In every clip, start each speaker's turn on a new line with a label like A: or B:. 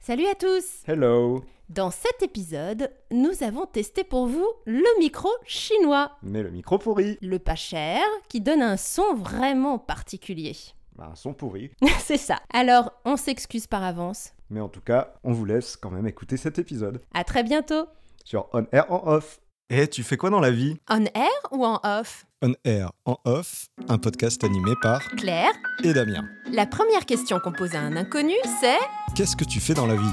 A: Salut à tous
B: Hello
A: Dans cet épisode, nous avons testé pour vous le micro chinois,
B: Mais le micro pourri
A: le pas cher, qui donne un son vraiment particulier.
B: Bah, Un son pourri.
A: C'est ça. Alors, on s'excuse par avance.
B: Mais en tout cas, on vous laisse quand même écouter cet épisode.
A: À très bientôt
B: Sur On Air en Off
C: Eh, tu fais quoi dans la vie
A: En air ou en off
C: On Air, en off, un podcast animé par
A: Claire,
C: et Damien.
A: la première question qu'on pose à un inconnu, c'est
C: Qu'est-ce que tu fais dans la vie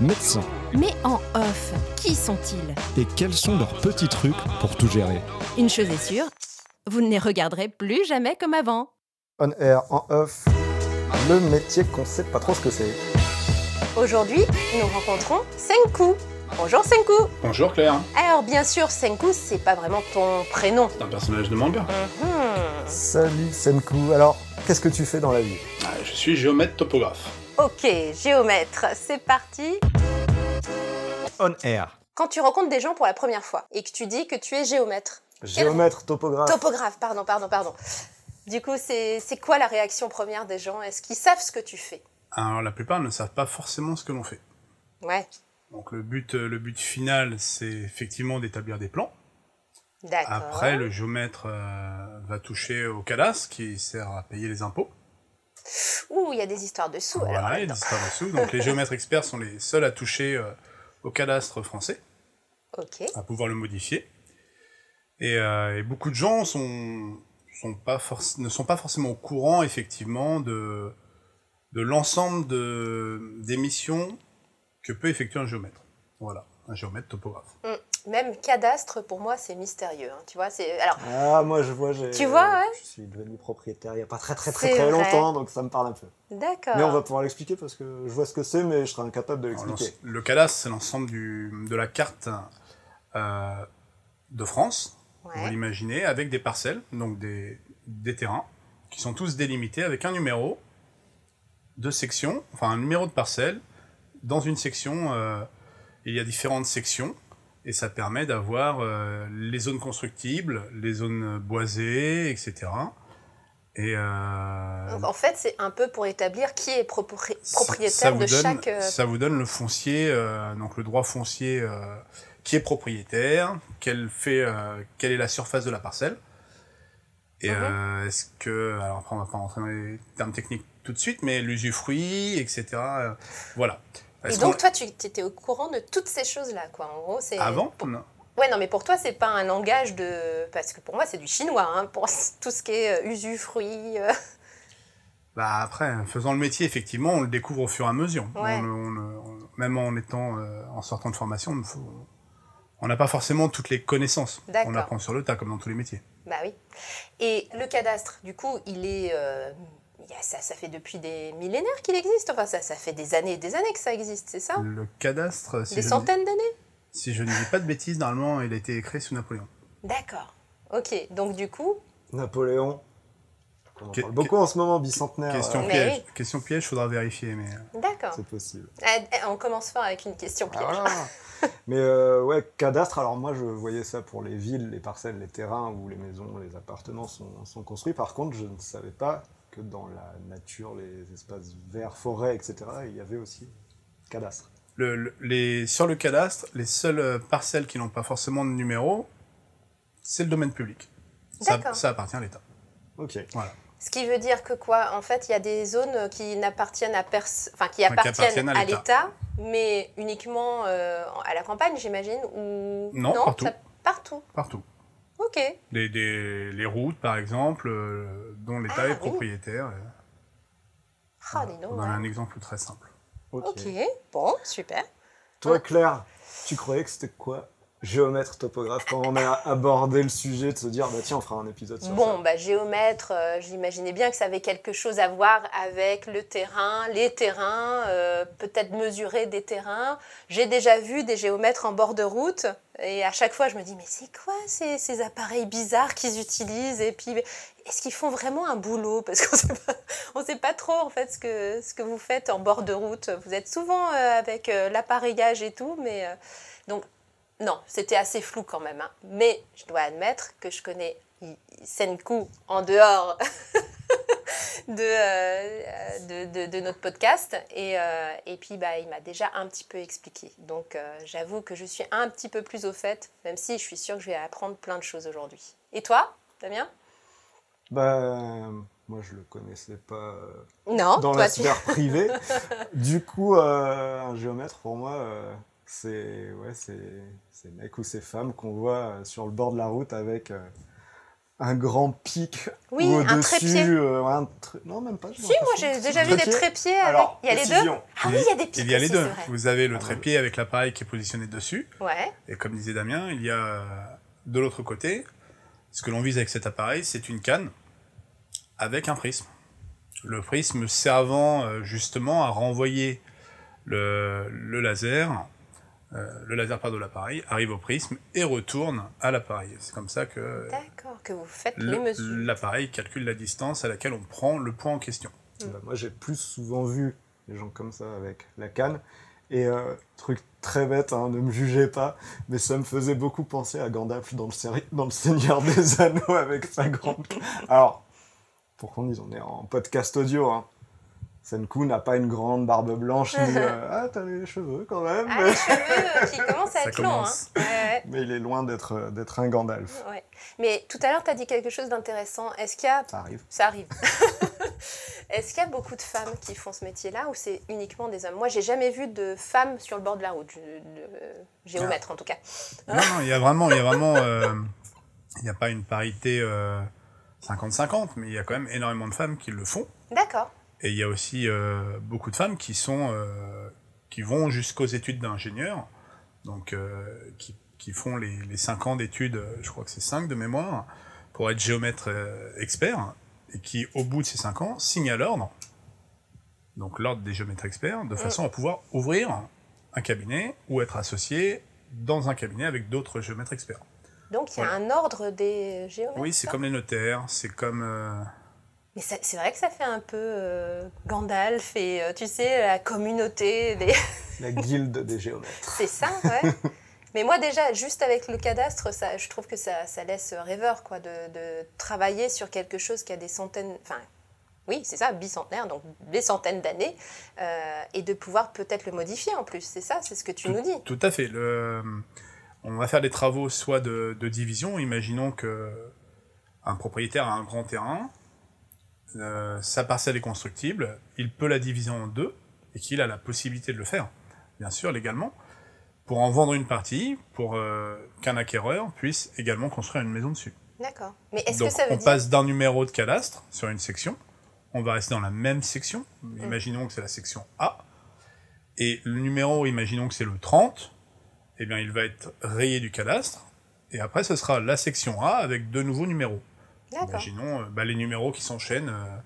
C: médecins.
A: mais en off, qui sont-ils
C: Et quels sont leurs petits trucs pour tout gérer
A: Une chose est sûre, vous ne les regarderez plus jamais comme avant.
B: On Air en Off Le métier qu'on sait pas trop ce que c'est.
A: Aujourd'hui, nous rencontrons Senku. Bonjour Senku.
D: Bonjour Claire,
A: Alors bien sûr, Senku, c'est pas vraiment ton prénom.
D: c'est un personnage de manga.
A: Mhm.
B: Salut Senku Alors, qu'est-ce que tu fais dans la vie
D: Ah, Je suis géomètre topographe.
A: Ok, géomètre, c'est parti.
C: On Air.
A: Quand tu rencontres des gens pour la première fois et que tu dis que tu es géomètre,
B: Géomètre,
C: Ah.
B: topographe.
A: topographe, pardon, pardon, pardon. Du coup, c'est c'est quoi la réaction première des gens Est-ce qu'ils savent ce que tu fais
D: Alors la plupart ne savent pas forcément ce que l'on fait.
A: Ouais,
D: Donc le but, euh, le but final, c'est effectivement d'établir des plans.
A: d'accord.
D: Après, le géomètre euh, va toucher au cadastre qui sert à payer les impôts.
A: Ouh, il y a des histoires de sous. alors,
D: Voilà, il y a des histoires dessous. Donc les géomètres experts sont les seuls à toucher euh, au cadastre français,
A: ok.
D: à pouvoir le modifier. Et, euh, et beaucoup de gens sont, sont pas forc- ne sont pas forcément au courant, effectivement, de, de l'ensemble de, des missions que peut effectuer un géomètre. Voilà, un géomètre topographe.
E: Même cadastre, pour moi, c'est mystérieux. hein, Tu vois, c'est alors
B: Ah, moi je vois, j'ai.
E: Tu vois, ouais.
B: Je suis devenu propriétaire il y a pas très très très
E: C'est
B: très
E: vrai. Ah.
B: longtemps, donc ça me parle un peu.
E: d'accord.
B: Mais on va pouvoir l'expliquer parce que je vois ce que c'est, mais je serais incapable de
D: Alors,
B: l'expliquer.
D: Le cadastre, c'est l'ensemble du- de la carte euh, de France, Vous
E: Ouais.
D: l'imaginez, avec des parcelles, donc des, des terrains, qui sont tous délimités avec un numéro de section, enfin un numéro de parcelle. Dans une section, euh, il y a différentes sections, et ça permet d'avoir euh, les zones constructibles, les zones boisées, etc. Et euh,
E: Donc, en fait, c'est un peu pour établir qui est propri-
D: ça-
E: propriétaire
D: ça vous
E: de
D: donne-
E: chaque. euh,
D: Ça vous donne le foncier, euh, donc le droit foncier euh, qui est propriétaire, quelle, fait, euh, quelle est la surface de la parcelle. Et
E: Mhm.
D: euh, est-ce que. Alors après, on va pas rentrer dans les termes techniques tout de suite, mais l'usufruit, etc. euh, voilà.
E: Et
D: Est-ce
E: donc,
D: qu'on-
E: toi, tu étais au courant de toutes ces choses-là, quoi. En gros, c'est.
D: Avant non.
E: Ouais, non, mais pour toi, c'est pas un langage de. Parce que pour moi, c'est du chinois, hein, pour tout ce qui est euh, usufruit. euh,
D: Bah après, faisant le métier, effectivement, on le découvre au fur et à mesure.
E: Ouais.
D: On le- on le- on- même en étant, euh, en sortant de formation, on faut- on n'a pas forcément toutes les connaissances. On
E: D'accord.
D: apprend sur le tas, comme dans tous les métiers.
E: Bah oui. Et le cadastre, du coup, il est. euh, il y a Ça, ça fait depuis des millénaires qu'il existe. Enfin, ça, ça fait des années et des années que ça existe, c'est ça
D: Le cadastre, si
E: Ah. Des
D: je, ne-
E: centaines d'années
D: si je ne dis pas de bêtises, normalement, il a été créé sous Napoléon.
E: D'accord. Ok, donc du coup,
B: Napoléon. On en
D: Que-
B: parle beaucoup en ce moment, bicentenaire.
D: Question
E: Ah Mais
D: piège. Question piège, faudra vérifier, mais euh,
B: euh,
E: d'accord.
B: C'est possible.
E: Ah, ah, On commence fort avec une question piège.
B: Ah, voilà. Mais euh, ouais, cadastre, alors moi je voyais ça pour les villes, les parcelles, les terrains où les maisons, les appartements sont, sont construits. Par contre, je ne savais pas que dans la nature, les espaces verts, forêts, etc., il y avait aussi cadastre.
D: le- le- les, sur le cadastre, les seules euh, parcelles qui n'ont pas forcément de numéro, c'est le domaine public. Ça,
E: D'accord.
D: ça appartient à l'État.
B: Ok.
E: Ce qui veut dire que quoi En fait, il y a des zones qui n'appartiennent à personne, enfin qui
D: Enfin, qui
E: appartiennent,
D: appartiennent à
E: à l'État, mais uniquement euh, à la campagne, j'imagine, ou
D: Non, partout.
E: partout.
D: Partout.
E: Ok.
D: Des, des- les routes, par exemple, euh, dont l'État
E: Ah,
D: est
E: oui.
D: propriétaire. euh,
E: Ah,
D: voilà.
E: dis donc,
D: On a
E: ouais.
D: un exemple très simple.
B: Ok.
E: Ok. Bon, super.
B: Toi, Claire, tu croyais que c'était quoi géomètre, topographe, quand on a abordé le sujet, de se dire, bah tiens, on fera un épisode sur
A: Bon,
B: ça.
A: bah, géomètre, euh, j'imaginais bien que ça avait quelque chose à voir avec le terrain, les terrains, euh, peut-être mesurer des terrains. J'ai déjà vu des géomètres en bord de route et à chaque fois je me dis, mais c'est quoi ces, ces appareils bizarres qu'ils utilisent Et puis, est-ce qu'ils font vraiment un boulot Parce qu'on sait pas- on ne sait pas trop en fait ce que, ce que vous faites en bord de route. Vous êtes souvent euh, avec euh, l'appareillage et tout, mais euh, donc non, c'était assez flou quand même. hein. Mais je dois admettre que je connais I- Senku en dehors de, euh, de, de- de notre podcast. Et, euh, et puis, bah, il m'a déjà un petit peu expliqué. Donc, euh, j'avoue que je suis un petit peu plus au fait, même si je suis sûre que je vais apprendre plein de choses aujourd'hui. Et toi, Damien
B: Bah, euh, moi, je le connaissais pas euh,
A: Non,
B: dans
A: Oh, toi,
B: la
A: tu-
B: sphère privée. du coup, euh, un géomètre, pour moi, euh, c'est ouais, c'est- ces mecs ou ces femmes qu'on voit euh, sur le bord de la route avec euh, un grand pic
A: Oui,
B: ou
A: un
B: au-dessus.
A: trépied.
B: euh, un tré- Non, même pas.
A: Si,
B: j'ai l'impression
A: moi
B: que
A: j'ai
B: c'est
A: déjà
B: un
A: vu des
B: trépied.
A: trépieds avec.
B: Alors,
A: il y a les deux
C: hein.
B: précision.
A: Ah oui, il y a des pics.
D: Il y a les
A: aussi,
D: deux.
A: c'est vrai.
D: Vous avez le trépied avec l'appareil qui est positionné dessus.
A: Ouais.
D: Et comme disait Damien, il y a euh, de l'autre côté, ce que l'on vise avec cet appareil, c'est une canne avec un prisme. Le prisme servant euh, justement à renvoyer le, le laser, euh, le laser part de l'appareil, arrive au prisme et retourne à l'appareil. C'est comme ça que euh,
A: D'accord, que vous faites les
D: le-
A: mesures.
D: l'appareil calcule la distance à laquelle on prend le point en question.
A: Mm.
B: Bah, moi, j'ai plus souvent vu les gens comme ça avec la canne. Et euh, truc très bête, hein, ne me jugez pas, mais ça me faisait beaucoup penser à Gandalf dans le, séri- dans le Seigneur des Anneaux avec sa grande. Alors, pour qu'on dise, on est en podcast audio. Hein. Senku n'a pas une grande barbe blanche, ni euh, ah, t'as les cheveux quand même.
A: Ah, les cheveux euh, qui commencent à
D: Ça
A: être longs. hein.
D: commence.
A: Ouais, ouais.
B: Mais il est loin d'être euh, d'être un Gandalf.
A: Ouais. Mais tout à l'heure, tu as dit quelque chose d'intéressant. Est-ce qu'il y a.
B: Ça arrive.
A: Ça arrive. Est-ce qu'il y a beaucoup de femmes qui font ce métier-là ou c'est uniquement des hommes Moi, j'ai jamais vu de femmes sur le bord de la route, de- de- géomètre en tout cas.
D: Non, non, il y a vraiment, il y a vraiment, euh, il n'y a pas une parité euh, 50-50, mais il y a quand même énormément de femmes qui le font.
A: D'accord.
D: Et il y a aussi euh, beaucoup de femmes qui sont, euh, qui vont jusqu'aux études d'ingénieur, donc euh, qui, qui font les, les 5 ans d'études, euh, je crois que c'est 5 de mémoire, pour être géomètre euh, expert, et qui, au bout de ces 5 ans, signent à l'ordre, donc l'ordre des géomètres experts, de façon à pouvoir ouvrir un cabinet ou être associé dans un cabinet avec d'autres géomètres experts.
A: Donc, il y a
D: Ouais.
A: un ordre des géomètres.
D: Oui, c'est
A: ça
D: comme les notaires, c'est comme... euh,
A: Mais ça- c'est vrai que ça fait un peu euh, Gandalf et euh, tu sais, la communauté des.
B: La guilde des géomètres.
A: C'est ça, ouais. Mais moi déjà, juste avec le cadastre, ça, je trouve que ça, ça laisse euh, rêveur quoi, de, de travailler sur quelque chose qui a des centaines, enfin oui, c'est ça, bicentenaire, donc des centaines d'années, euh, et de pouvoir peut-être le modifier en plus. C'est ça, c'est ce que tu nous dis.
D: Tout à fait. Le- on va faire des travaux soit de, de division. Imaginons que un propriétaire a un grand terrain, euh, sa parcelle est constructible, il peut la diviser en deux et qu'il a la possibilité de le faire, bien sûr légalement, pour en vendre une partie, pour euh, qu'un acquéreur puisse également construire une maison dessus.
A: D'accord. Mais est-ce
D: Donc
A: que ça veut
D: on
A: dire
D: passe d'un numéro de cadastre sur une section, on va rester dans la même section,
A: Mm.
D: imaginons que c'est la section A, et le numéro, imaginons que c'est le 30, eh bien il va être rayé du cadastre, et après ce sera la section A avec deux nouveaux numéros.
A: D'accord.
D: Imaginons euh, bah, les numéros qui s'enchaînent euh,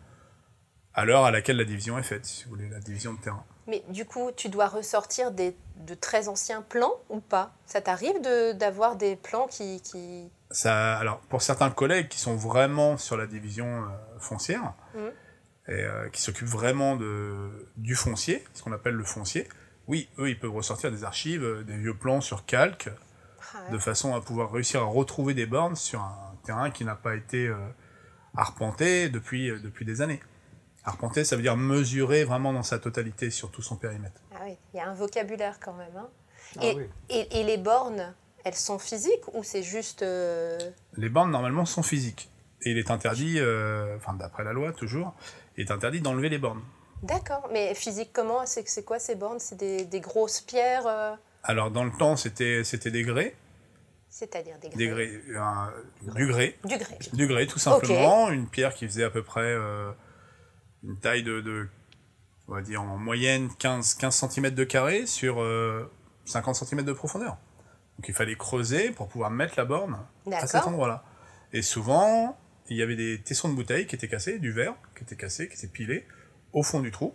D: à l'heure à laquelle la division est faite, si vous voulez, la division de terrain.
A: Mais du coup, tu dois ressortir des, de très anciens plans ou pas Ça t'arrive de- d'avoir des plans qui, qui...
D: ça, alors pour certains collègues qui sont vraiment sur la division euh, foncière
A: Mhm.
D: et euh, qui s'occupent vraiment de, du foncier, ce qu'on appelle le foncier, oui, eux, ils peuvent ressortir des archives, euh, des vieux plans sur calque,
A: Ah ouais.
D: de façon à pouvoir réussir à retrouver des bornes sur un terrain qui n'a pas été euh, arpenté depuis, euh, depuis des années. Arpenté, ça veut dire mesurer vraiment dans sa totalité sur tout son périmètre.
A: Ah oui, il y a un vocabulaire quand même. hein.
B: Ah
A: et,
B: oui.
A: et- et les bornes, elles sont physiques ou c'est juste... euh,
D: Les bornes, normalement, sont physiques. Et il est interdit, euh, enfin, d'après la loi, toujours, il est interdit d'enlever les bornes.
A: D'accord, mais physique comment C'est c'est quoi ces bornes C'est des, des grosses pierres, euh,
D: Alors dans le temps, c'était c'était des grès,
A: c'est-à-dire des grès.
D: des grès, un- du grès,
A: Du grès.
D: du grès tout simplement, une pierre qui faisait à peu près euh, une taille de, de- on va dire en moyenne 15 15 cm de carré sur euh, 50 cm de profondeur. Donc il fallait creuser pour pouvoir mettre la borne à cet
A: D'accord.
D: endroit-là. Et souvent, il y avait des tessons de bouteilles qui étaient cassés, du verre qui était cassé, qui était pilé au fond du trou.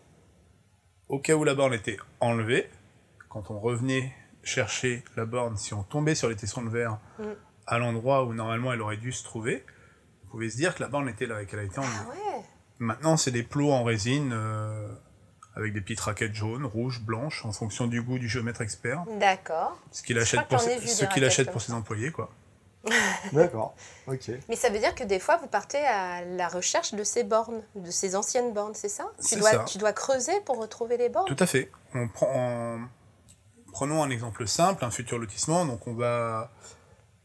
D: Au cas où la borne était enlevée, quand on revenait chercher la borne, si on tombait sur les tessons de verre
A: Mm.
D: à l'endroit où normalement elle aurait dû se trouver, on pouvait se dire que la borne était là et qu'elle a été enlevée.
A: Ah ouais.
D: Maintenant, c'est des plots en résine euh, avec des petites raquettes jaunes, rouges, blanches, en fonction du goût du géomètre expert.
A: D'accord.
D: Ce qu'il
A: Je
D: achète,
A: crois
D: pour
A: que j'en ai
D: ses,
A: vu
D: ce
A: des
D: qu'il
A: raquettes
D: achète
A: comme
D: pour ses employés, quoi.
B: D'accord, ok.
A: Mais ça veut dire que des fois, vous partez à la recherche de ces bornes, de ces anciennes bornes, c'est ça tu
D: C'est
A: dois,
D: ça.
A: tu dois creuser pour retrouver les bornes.
D: Tout à fait. On prend, en- Prenons un exemple simple, un futur lotissement. Donc, on va.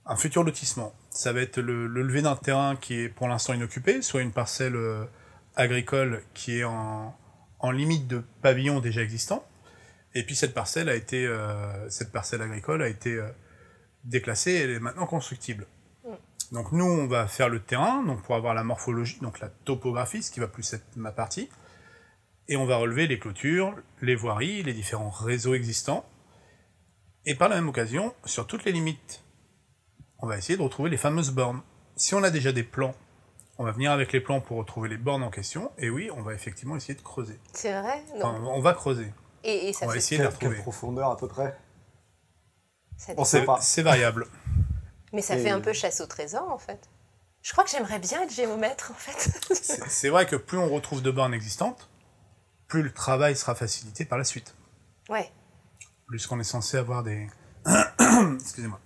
D: Un futur lotissement, ça va être le, le lever d'un terrain qui est pour l'instant inoccupé, soit une parcelle euh, agricole qui est en, en limite de pavillon déjà existant. Et puis, cette parcelle, a été, euh, cette parcelle agricole a été euh, déclassée elle est maintenant constructible. Donc, nous, on va faire le terrain donc pour avoir la morphologie, donc la topographie, ce qui va plus être ma partie et on va relever les clôtures, les voiries, les différents réseaux existants. Et par la même occasion, sur toutes les limites, on va essayer de retrouver les fameuses bornes. Si on a déjà des plans, on va venir avec les plans pour retrouver les bornes en question. Et oui, on va effectivement essayer de creuser.
A: C'est vrai non.
D: Enfin, on va creuser.
A: Et, et ça,
D: on va
A: fait-
D: essayer de les
B: Quelle, quelle
D: retrouver.
B: profondeur à peu près
A: ça-
B: On sait
D: C'est-
B: pas.
D: C'est variable.
A: Mais ça
B: Et-
A: fait un peu chasse au trésor, en fait. Je crois que j'aimerais bien être géomètre, en fait.
D: C'est c'est vrai que plus on retrouve de bornes existantes, plus le travail sera facilité par la suite.
A: ouais.
D: plus qu'on est censé avoir des. Excusez-moi.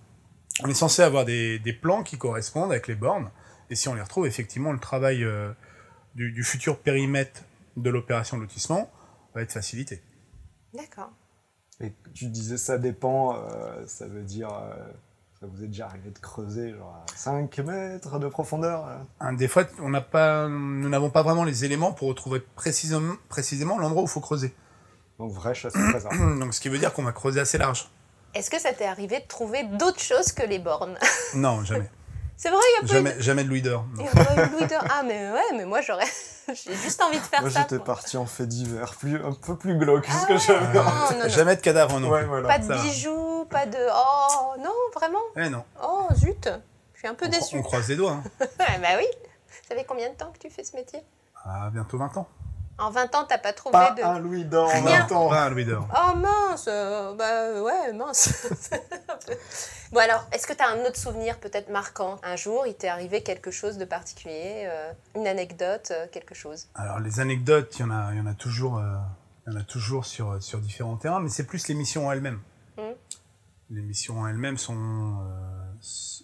D: On est censé avoir des, des plans qui correspondent avec les bornes. Et si on les retrouve, effectivement, le travail euh, du, du futur périmètre de l'opération de lotissement va être facilité.
A: D'accord.
B: Et tu disais ça dépend, euh, ça veut dire. euh, ça vous est déjà arrivé de creuser genre à 5 mètres de profondeur euh.
D: Hein, des fois, on n'a pas, nous n'avons pas vraiment les éléments pour retrouver précisément, précisément l'endroit où il faut creuser.
B: Donc, vraie chasse au trésor.
D: Donc, ce qui veut dire qu'on va creuser assez large.
A: Est-ce que ça t'est arrivé de trouver d'autres choses que les bornes
D: Non, jamais.
A: C'est vrai, il y a pas eu
D: jamais, jamais de Louis d'or.
A: de-
D: non.
A: il y a pas eu de louis d'or. Ah, mais ouais, mais moi, j'aurais... J'ai juste envie de faire
B: Moi,
A: ça.
B: j'étais
A: moi.
B: parti en fait divers, plus, un peu plus glauque
A: Ah
B: ce que
A: ouais.
B: j'avais.
A: Non, non, non.
D: Jamais de cadavre non.
B: Ouais,
D: plus.
B: voilà.
A: Pas de
D: Ça va.
A: bijoux, pas de... Oh, non, vraiment
D: Eh non.
A: Oh, zut Je suis un
B: Oh,
A: peu
D: On, cro-
A: déçue.
D: on croise les doigts. hein.
A: Ah, bah oui Ça fait combien de temps que tu fais ce métier
D: Ah, bientôt 20 ans.
A: En 20 ans, t'as pas trouvé
B: Pas
A: de...
B: un louis d'or en
D: Non,
B: même temps.
D: pas un Louis d'or.
A: Oh mince, euh, bah ouais, mince. bon alors, est-ce que tu as un autre souvenir peut-être marquant Un jour, il t'est arrivé quelque chose de particulier, euh, une anecdote, euh, quelque chose
D: Alors les anecdotes, il y en a, il y en a toujours, euh, il y en a toujours sur, sur différents terrains, mais c'est plus les missions en elles-mêmes.
A: Mm.
D: Les missions en elles-mêmes sont. euh, s-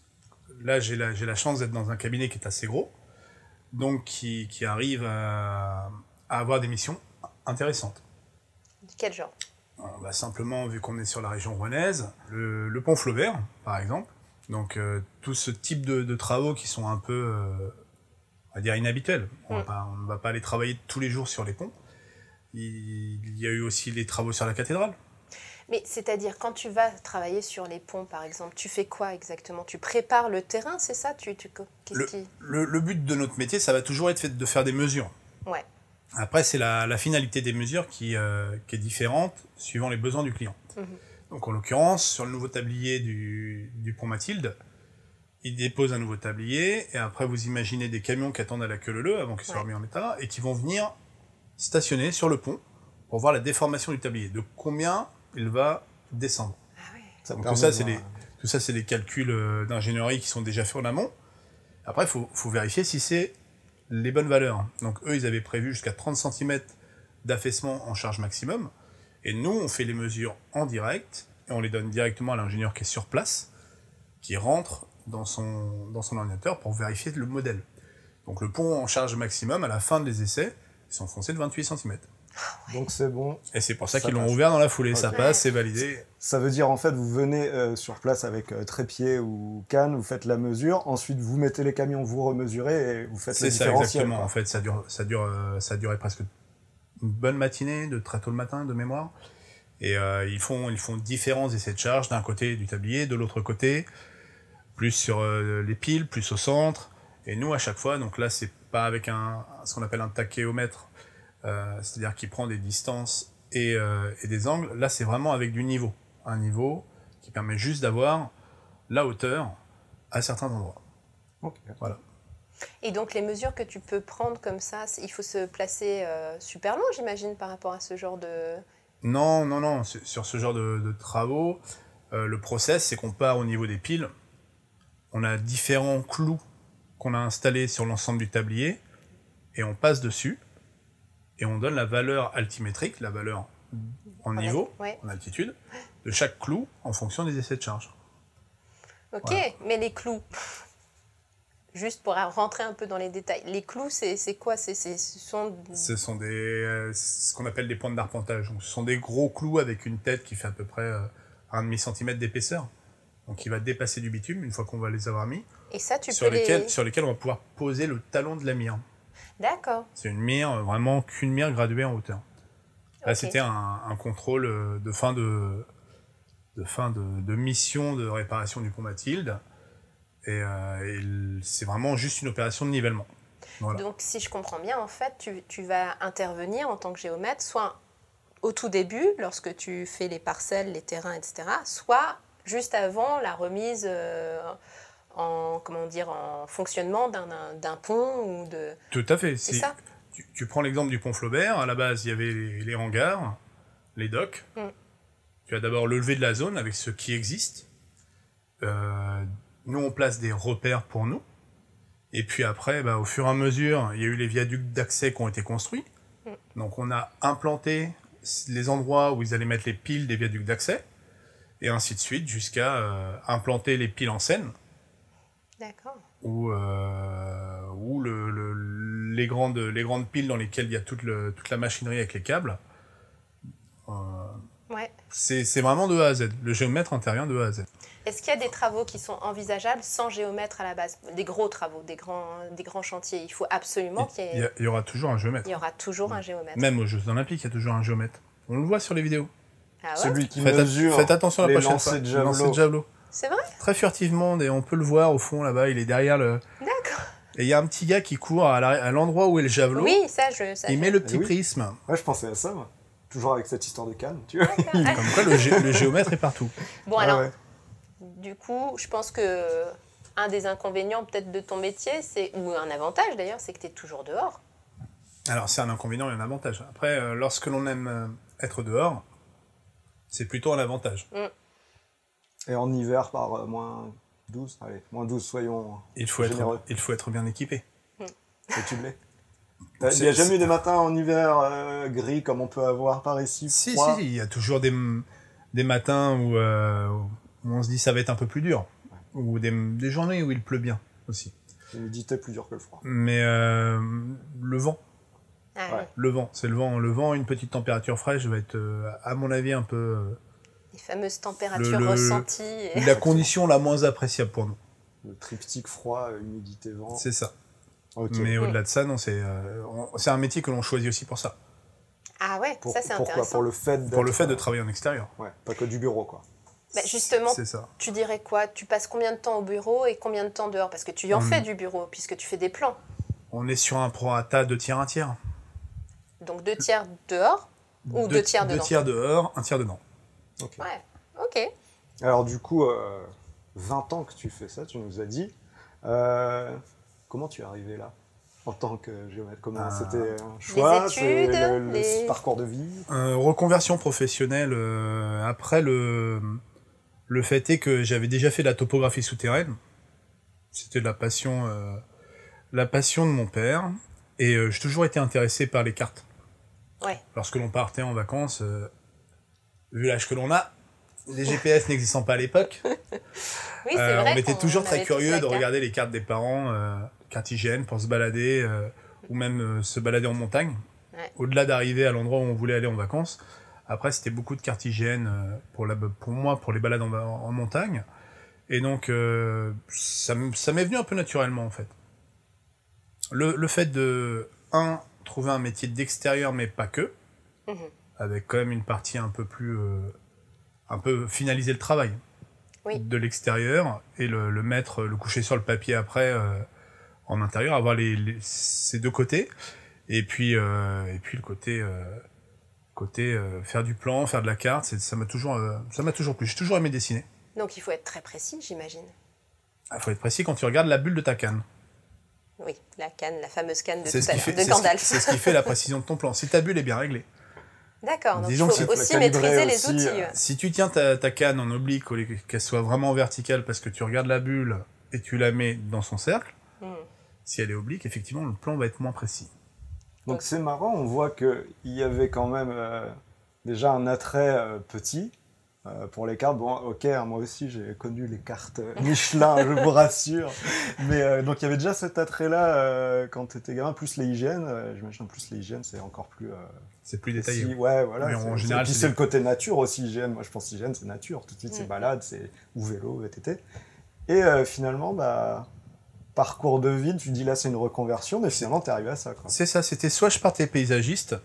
D: là, j'ai la, j'ai la chance d'être dans un cabinet qui est assez gros, donc qui, qui arrive à, à avoir des missions intéressantes.
A: De quel genre
D: On va bah, simplement, vu qu'on est sur la région rouennaise, le, le pont Flaubert, par exemple. Donc euh, tout ce type de, de travaux qui sont un peu, euh, on va dire, inhabituels. On va
A: Mm.
D: pas- on ne va pas aller travailler tous les jours sur les ponts. Il, il y a eu aussi les travaux sur la cathédrale.
A: Mais c'est-à-dire, quand tu vas travailler sur les ponts, par exemple, tu fais quoi exactement Tu prépares le terrain, c'est ça tu, tu, qu'est-ce qui...
D: Le, le but de notre métier, ça va toujours être fait de faire des mesures.
A: Ouais.
D: Après, c'est la, la finalité des mesures qui, euh, qui est différente suivant les besoins du client.
A: Mhm.
D: Donc, en l'occurrence, sur le nouveau tablier du, du pont Mathilde, il dépose un nouveau tablier, et après, vous imaginez des camions qui attendent à la queue leu leu avant qu'ils soient
A: Ouais.
D: remis en état, et qui vont venir stationner sur le pont pour voir la déformation du tablier, de combien il va descendre.
A: Ah ouais.
B: Ça
D: Donc,
B: permet
D: tout ça,
B: de
D: c'est
B: voir,
D: des- Tout ça, c'est des calculs euh, d'ingénierie qui sont déjà faits en amont. Après, il faut, faut vérifier si c'est les bonnes valeurs. Donc, eux, ils avaient prévu jusqu'à 30 cm d'affaissement en charge maximum. Et nous, on fait les mesures en direct et on les donne directement à l'ingénieur qui est sur place, qui rentre dans son, dans son ordinateur pour vérifier le modèle. Donc, le pont en charge maximum, à la fin des essais, ils sont foncés de 28 cm.
B: Donc c'est bon.
D: Et c'est pour ça,
B: Ça
D: qu'ils l'ont
B: passe.
D: ouvert dans la foulée.
B: Ok.
D: Ça passe, c'est validé.
B: Ça veut dire en fait vous venez euh, sur place avec euh, trépied ou canne, vous faites la mesure, ensuite vous mettez les camions, vous remesurez et vous faites le
D: C'est ça
B: différentiel.
D: exactement.
B: quoi.
D: En fait, ça dure, ça dure, euh, ça durait presque une bonne matinée, de très tôt le matin, de mémoire. Et euh, ils font, ils font différents essais de charge d'un côté du tablier, de l'autre côté, plus sur euh, les piles, plus au centre. Et nous, à chaque fois, donc là, c'est pas avec un, ce qu'on appelle un tachéomètre, euh, c'est-à-dire qui prend des distances et, euh, et des angles. Là, c'est vraiment avec du niveau, un niveau qui permet juste d'avoir la hauteur à certains endroits.
B: Ok.
A: Ah
D: Voilà.
A: Et donc les mesures que tu peux prendre comme ça, c'est- il faut se placer euh, super loin, j'imagine, par rapport à ce genre de...
D: Non, non, non. Sur sur ce genre de, de travaux, euh, le process, c'est qu'on part au niveau des piles. On a différents clous qu'on a installés sur l'ensemble du tablier et on passe dessus et on donne la valeur altimétrique, la valeur en niveau,
A: Ouais.
D: en altitude, de chaque clou en fonction des essais de charge.
A: Ok,
D: Voilà.
A: mais les clous, pff, juste pour rentrer un peu dans les détails, les clous, c'est c'est quoi C'est- c'est- Ce sont...
D: Ce sont des, euh, ce qu'on appelle des pointes d'arpentage. Donc, ce sont des gros clous avec une tête qui fait à peu près euh, un demi centimètre d'épaisseur. Donc, il va dépasser du bitume une fois qu'on va les avoir mis.
A: Et ça, tu
D: sur
A: peux
D: lesquels,
A: les...
D: sur lesquels on va pouvoir poser le talon de la mire.
A: D'accord.
D: C'est une mire, euh, vraiment qu'une mire graduée en hauteur. Là,
A: Ok.
D: c'était un, un contrôle euh, de fin de, de fin de, de mission de réparation du pont Mathilde. Et, euh, et l- c'est vraiment juste une opération de nivellement. Voilà.
A: Donc si je comprends bien, en fait, tu, tu vas intervenir en tant que géomètre, soit au tout début, lorsque tu fais les parcelles, les terrains, etc., soit juste avant la remise euh, en, comment dire, en fonctionnement d'un- d'un d'un pont ou de...
D: Tout à fait.
A: C'est
D: Si-
A: ça
D: tu, tu prends l'exemple du pont Flaubert. À la base, il y avait les, les hangars, les docks.
A: Mm.
D: Tu as d'abord le lever de la zone avec ce qui existe. Euh, nous, on place des repères pour nous. Et puis après, bah, au fur et à mesure, il y a eu les viaducs d'accès qui ont été construits. Donc, on a implanté s- les endroits où ils allaient mettre les piles des viaducs d'accès. Et ainsi de suite, jusqu'à euh, implanter les piles en scène
A: D'accord.
D: ou euh, ou le, le- les, grandes, les grandes piles dans lesquelles il y a toute, le- toute la machinerie avec les câbles. Euh,
A: Ouais.
D: c'est c'est vraiment de A à Z. Le géomètre intervient de A à Z.
A: Est-ce qu'il y a des travaux qui sont envisageables sans géomètre à la base Des gros travaux, des grands, des grands chantiers. Il faut absolument qu'il y,
D: Il y,
A: ait-
D: a- il y aura toujours un géomètre.
A: il y aura toujours un géomètre.
D: Même aux Jeux Olympiques, il y a toujours un géomètre. On le voit sur les vidéos.
A: Ah ouais
B: Celui qui
D: faites, at-
B: mesure.
D: faites attention la
B: les
D: prochaine
B: lancers
D: fois.
B: de
D: Les
B: javelot.
D: lancers de javelot.
A: C'est vrai
D: Très furtivement, et on peut le voir au fond là-bas. Il est derrière le.
A: D'accord.
D: Et il y a un petit gars qui court à l'arri- à l'endroit où est le javelot.
A: Oui, ça, je... Ça,
D: il
A: je-
D: met le petit
B: Eh oui.
D: prisme.
B: Ouais, je pensais à ça, moi. Toujours avec cette histoire de canne, tu vois.
A: D'accord. Ah,
D: Comme quoi, le, gé- le géomètre est partout.
A: Bon,
D: Ah
B: Ouais,
A: alors,
B: ouais.
A: Du coup, je pense que euh, un des inconvénients peut-être de ton métier, c'est ou un avantage d'ailleurs, c'est que tu es toujours dehors.
D: Alors, c'est un inconvénient et un avantage. Après, euh, lorsque l'on aime euh, être dehors, c'est plutôt un avantage.
B: Et en hiver, par euh, moins 12, allez, moins 12, soyons euh,
D: Il faut, être,
B: Généreux.
D: il faut être bien équipé.
B: étudiés. Euh, Il
D: C'est-
B: n'y a jamais
D: c'est-
B: eu des matins en hiver euh, gris comme on peut avoir par ici.
D: Si,
B: froid.
D: si, il y a toujours des, m- des matins où, euh, où on se dit ça va être un peu plus dur. Ou des, des journées où il pleut bien aussi.
B: L'humidité plus dure que le froid.
D: Mais euh, le vent,
A: Ah
B: Ouais.
A: oui,
D: le vent, c'est le vent. Le vent, une petite température fraîche va être, euh, à mon avis, un peu euh,
A: les fameuses températures
D: Le- le-
A: ressenties. et-
D: la condition la moins appréciable pour nous.
B: Le triptyque froid, euh, humidité, vent.
D: C'est ça.
B: Ok.
D: Mais au-delà de ça, non, c'est euh, on- c'est un métier que l'on choisit aussi pour ça.
A: Ah ouais,
B: Pour-
A: ça c'est
B: pourquoi
A: intéressant.
B: Pour le fait d'être-
D: Pour le fait de travailler en extérieur.
B: Ouais, pas que du bureau, quoi.
A: Bah, justement,
D: C'est ça.
A: tu dirais quoi Tu passes combien de temps au bureau et combien de temps dehors Parce que tu en
D: Hmm.
A: fais du bureau, puisque tu fais des plans.
D: On est sur un prorata de tiers, un tiers.
A: Donc deux tiers dehors ou deux, tiers dedans.
D: Deux tiers dehors, un tiers dedans.
B: Ok.
A: Ouais, ok.
B: Alors du coup, euh, 20 ans que tu fais ça, tu nous as dit. Euh, comment tu es arrivé là en tant que géomètre Comment
D: Ah.
B: c'était un choix c'est
A: études,
B: le, le
A: les-
B: parcours de vie
D: Euh, reconversion professionnelle euh, après le le fait est que j'avais déjà fait de la topographie souterraine. C'était de la passion euh, la passion de mon père et euh, j'ai toujours été intéressé par les cartes.
A: Ouais.
D: Lorsque l'on partait en vacances euh, vu l'âge que l'on a, les GPS n'existant pas à l'époque,
A: Oui, c'est
D: Euh,
A: vrai.
D: on était
A: qu'on
D: toujours très
A: avait tous la
D: curieux de
A: carte.
D: regarder les cartes des parents, euh, cartes IGN pour se balader euh, ou même euh, se balader en montagne.
A: Ouais.
D: Au-delà d'arriver à l'endroit où on voulait aller en vacances. Après, c'était beaucoup de cartes IGN euh, pour, la, pour moi, pour les balades en, va- en montagne. Et donc, euh, ça, m- ça m'est venu un peu naturellement en fait. Le, le fait de, un, trouver un métier d'extérieur, mais pas que,
A: Mhm.
D: avec quand même une partie un peu plus. euh, un peu finaliser le travail
A: Oui.
D: de l'extérieur et le, le mettre, le coucher sur le papier après euh, en intérieur, avoir les, les- ces deux côtés. Et puis, euh, et puis le côté. euh, côté euh, faire du plan, faire de la carte, c'est- ça m'a toujours, euh, ça m'a toujours plu. J'ai toujours aimé dessiner.
A: Donc il faut être très précis, j'imagine.
D: Il faut être précis quand tu regardes la bulle de ta canne.
A: Oui, la canne, la fameuse canne de
D: C'est
A: tout
D: ce
A: à
D: qui
A: l'heure,
D: fait-
A: de
D: c'est ce qui-
A: Gandalf.
D: C'est ce qui fait la précision de ton plan. Si ta bulle est bien réglée.
A: D'accord, donc il
D: Disons
A: faut
D: que c'est-
A: aussi
B: la calibrer
A: maîtriser les
B: aussi,
A: outils.
B: euh,
A: ouais.
D: Si tu tiens ta, ta canne en oblique, au lieu qu'elle soit vraiment verticale parce que tu regardes la bulle et tu la mets dans son cercle,
A: Mm.
D: si elle est oblique, effectivement, le plan va être moins précis.
B: Donc c'est marrant, on voit qu'il y avait quand même euh, déjà un attrait euh, petit euh, pour les cartes. Bon, ok, hein, moi aussi j'ai connu les cartes euh, Michelin, je vous rassure. Mais euh, donc il y avait déjà cet attrait-là euh, quand t'étais gamin, plus les hygiènes. euh, J'imagine plus les hygiènes, c'est encore plus... euh,
D: C'est plus détaillé.
B: si- ouais, voilà.
D: Mais en
B: c'est- c'est-
D: général,
B: et puis
D: c'est
B: c'est
D: des-
B: le côté nature aussi, hygiène. Moi je pense hygiène, c'est nature. Tout de suite, c'est
A: Mm.
B: balade, c'est ou vélo, VTT. Et euh, finalement, bah... Parcours de vie, tu dis là c'est une reconversion, mais finalement t'es arrivé à ça. Quoi.
D: C'est ça, c'était soit je partais paysagiste,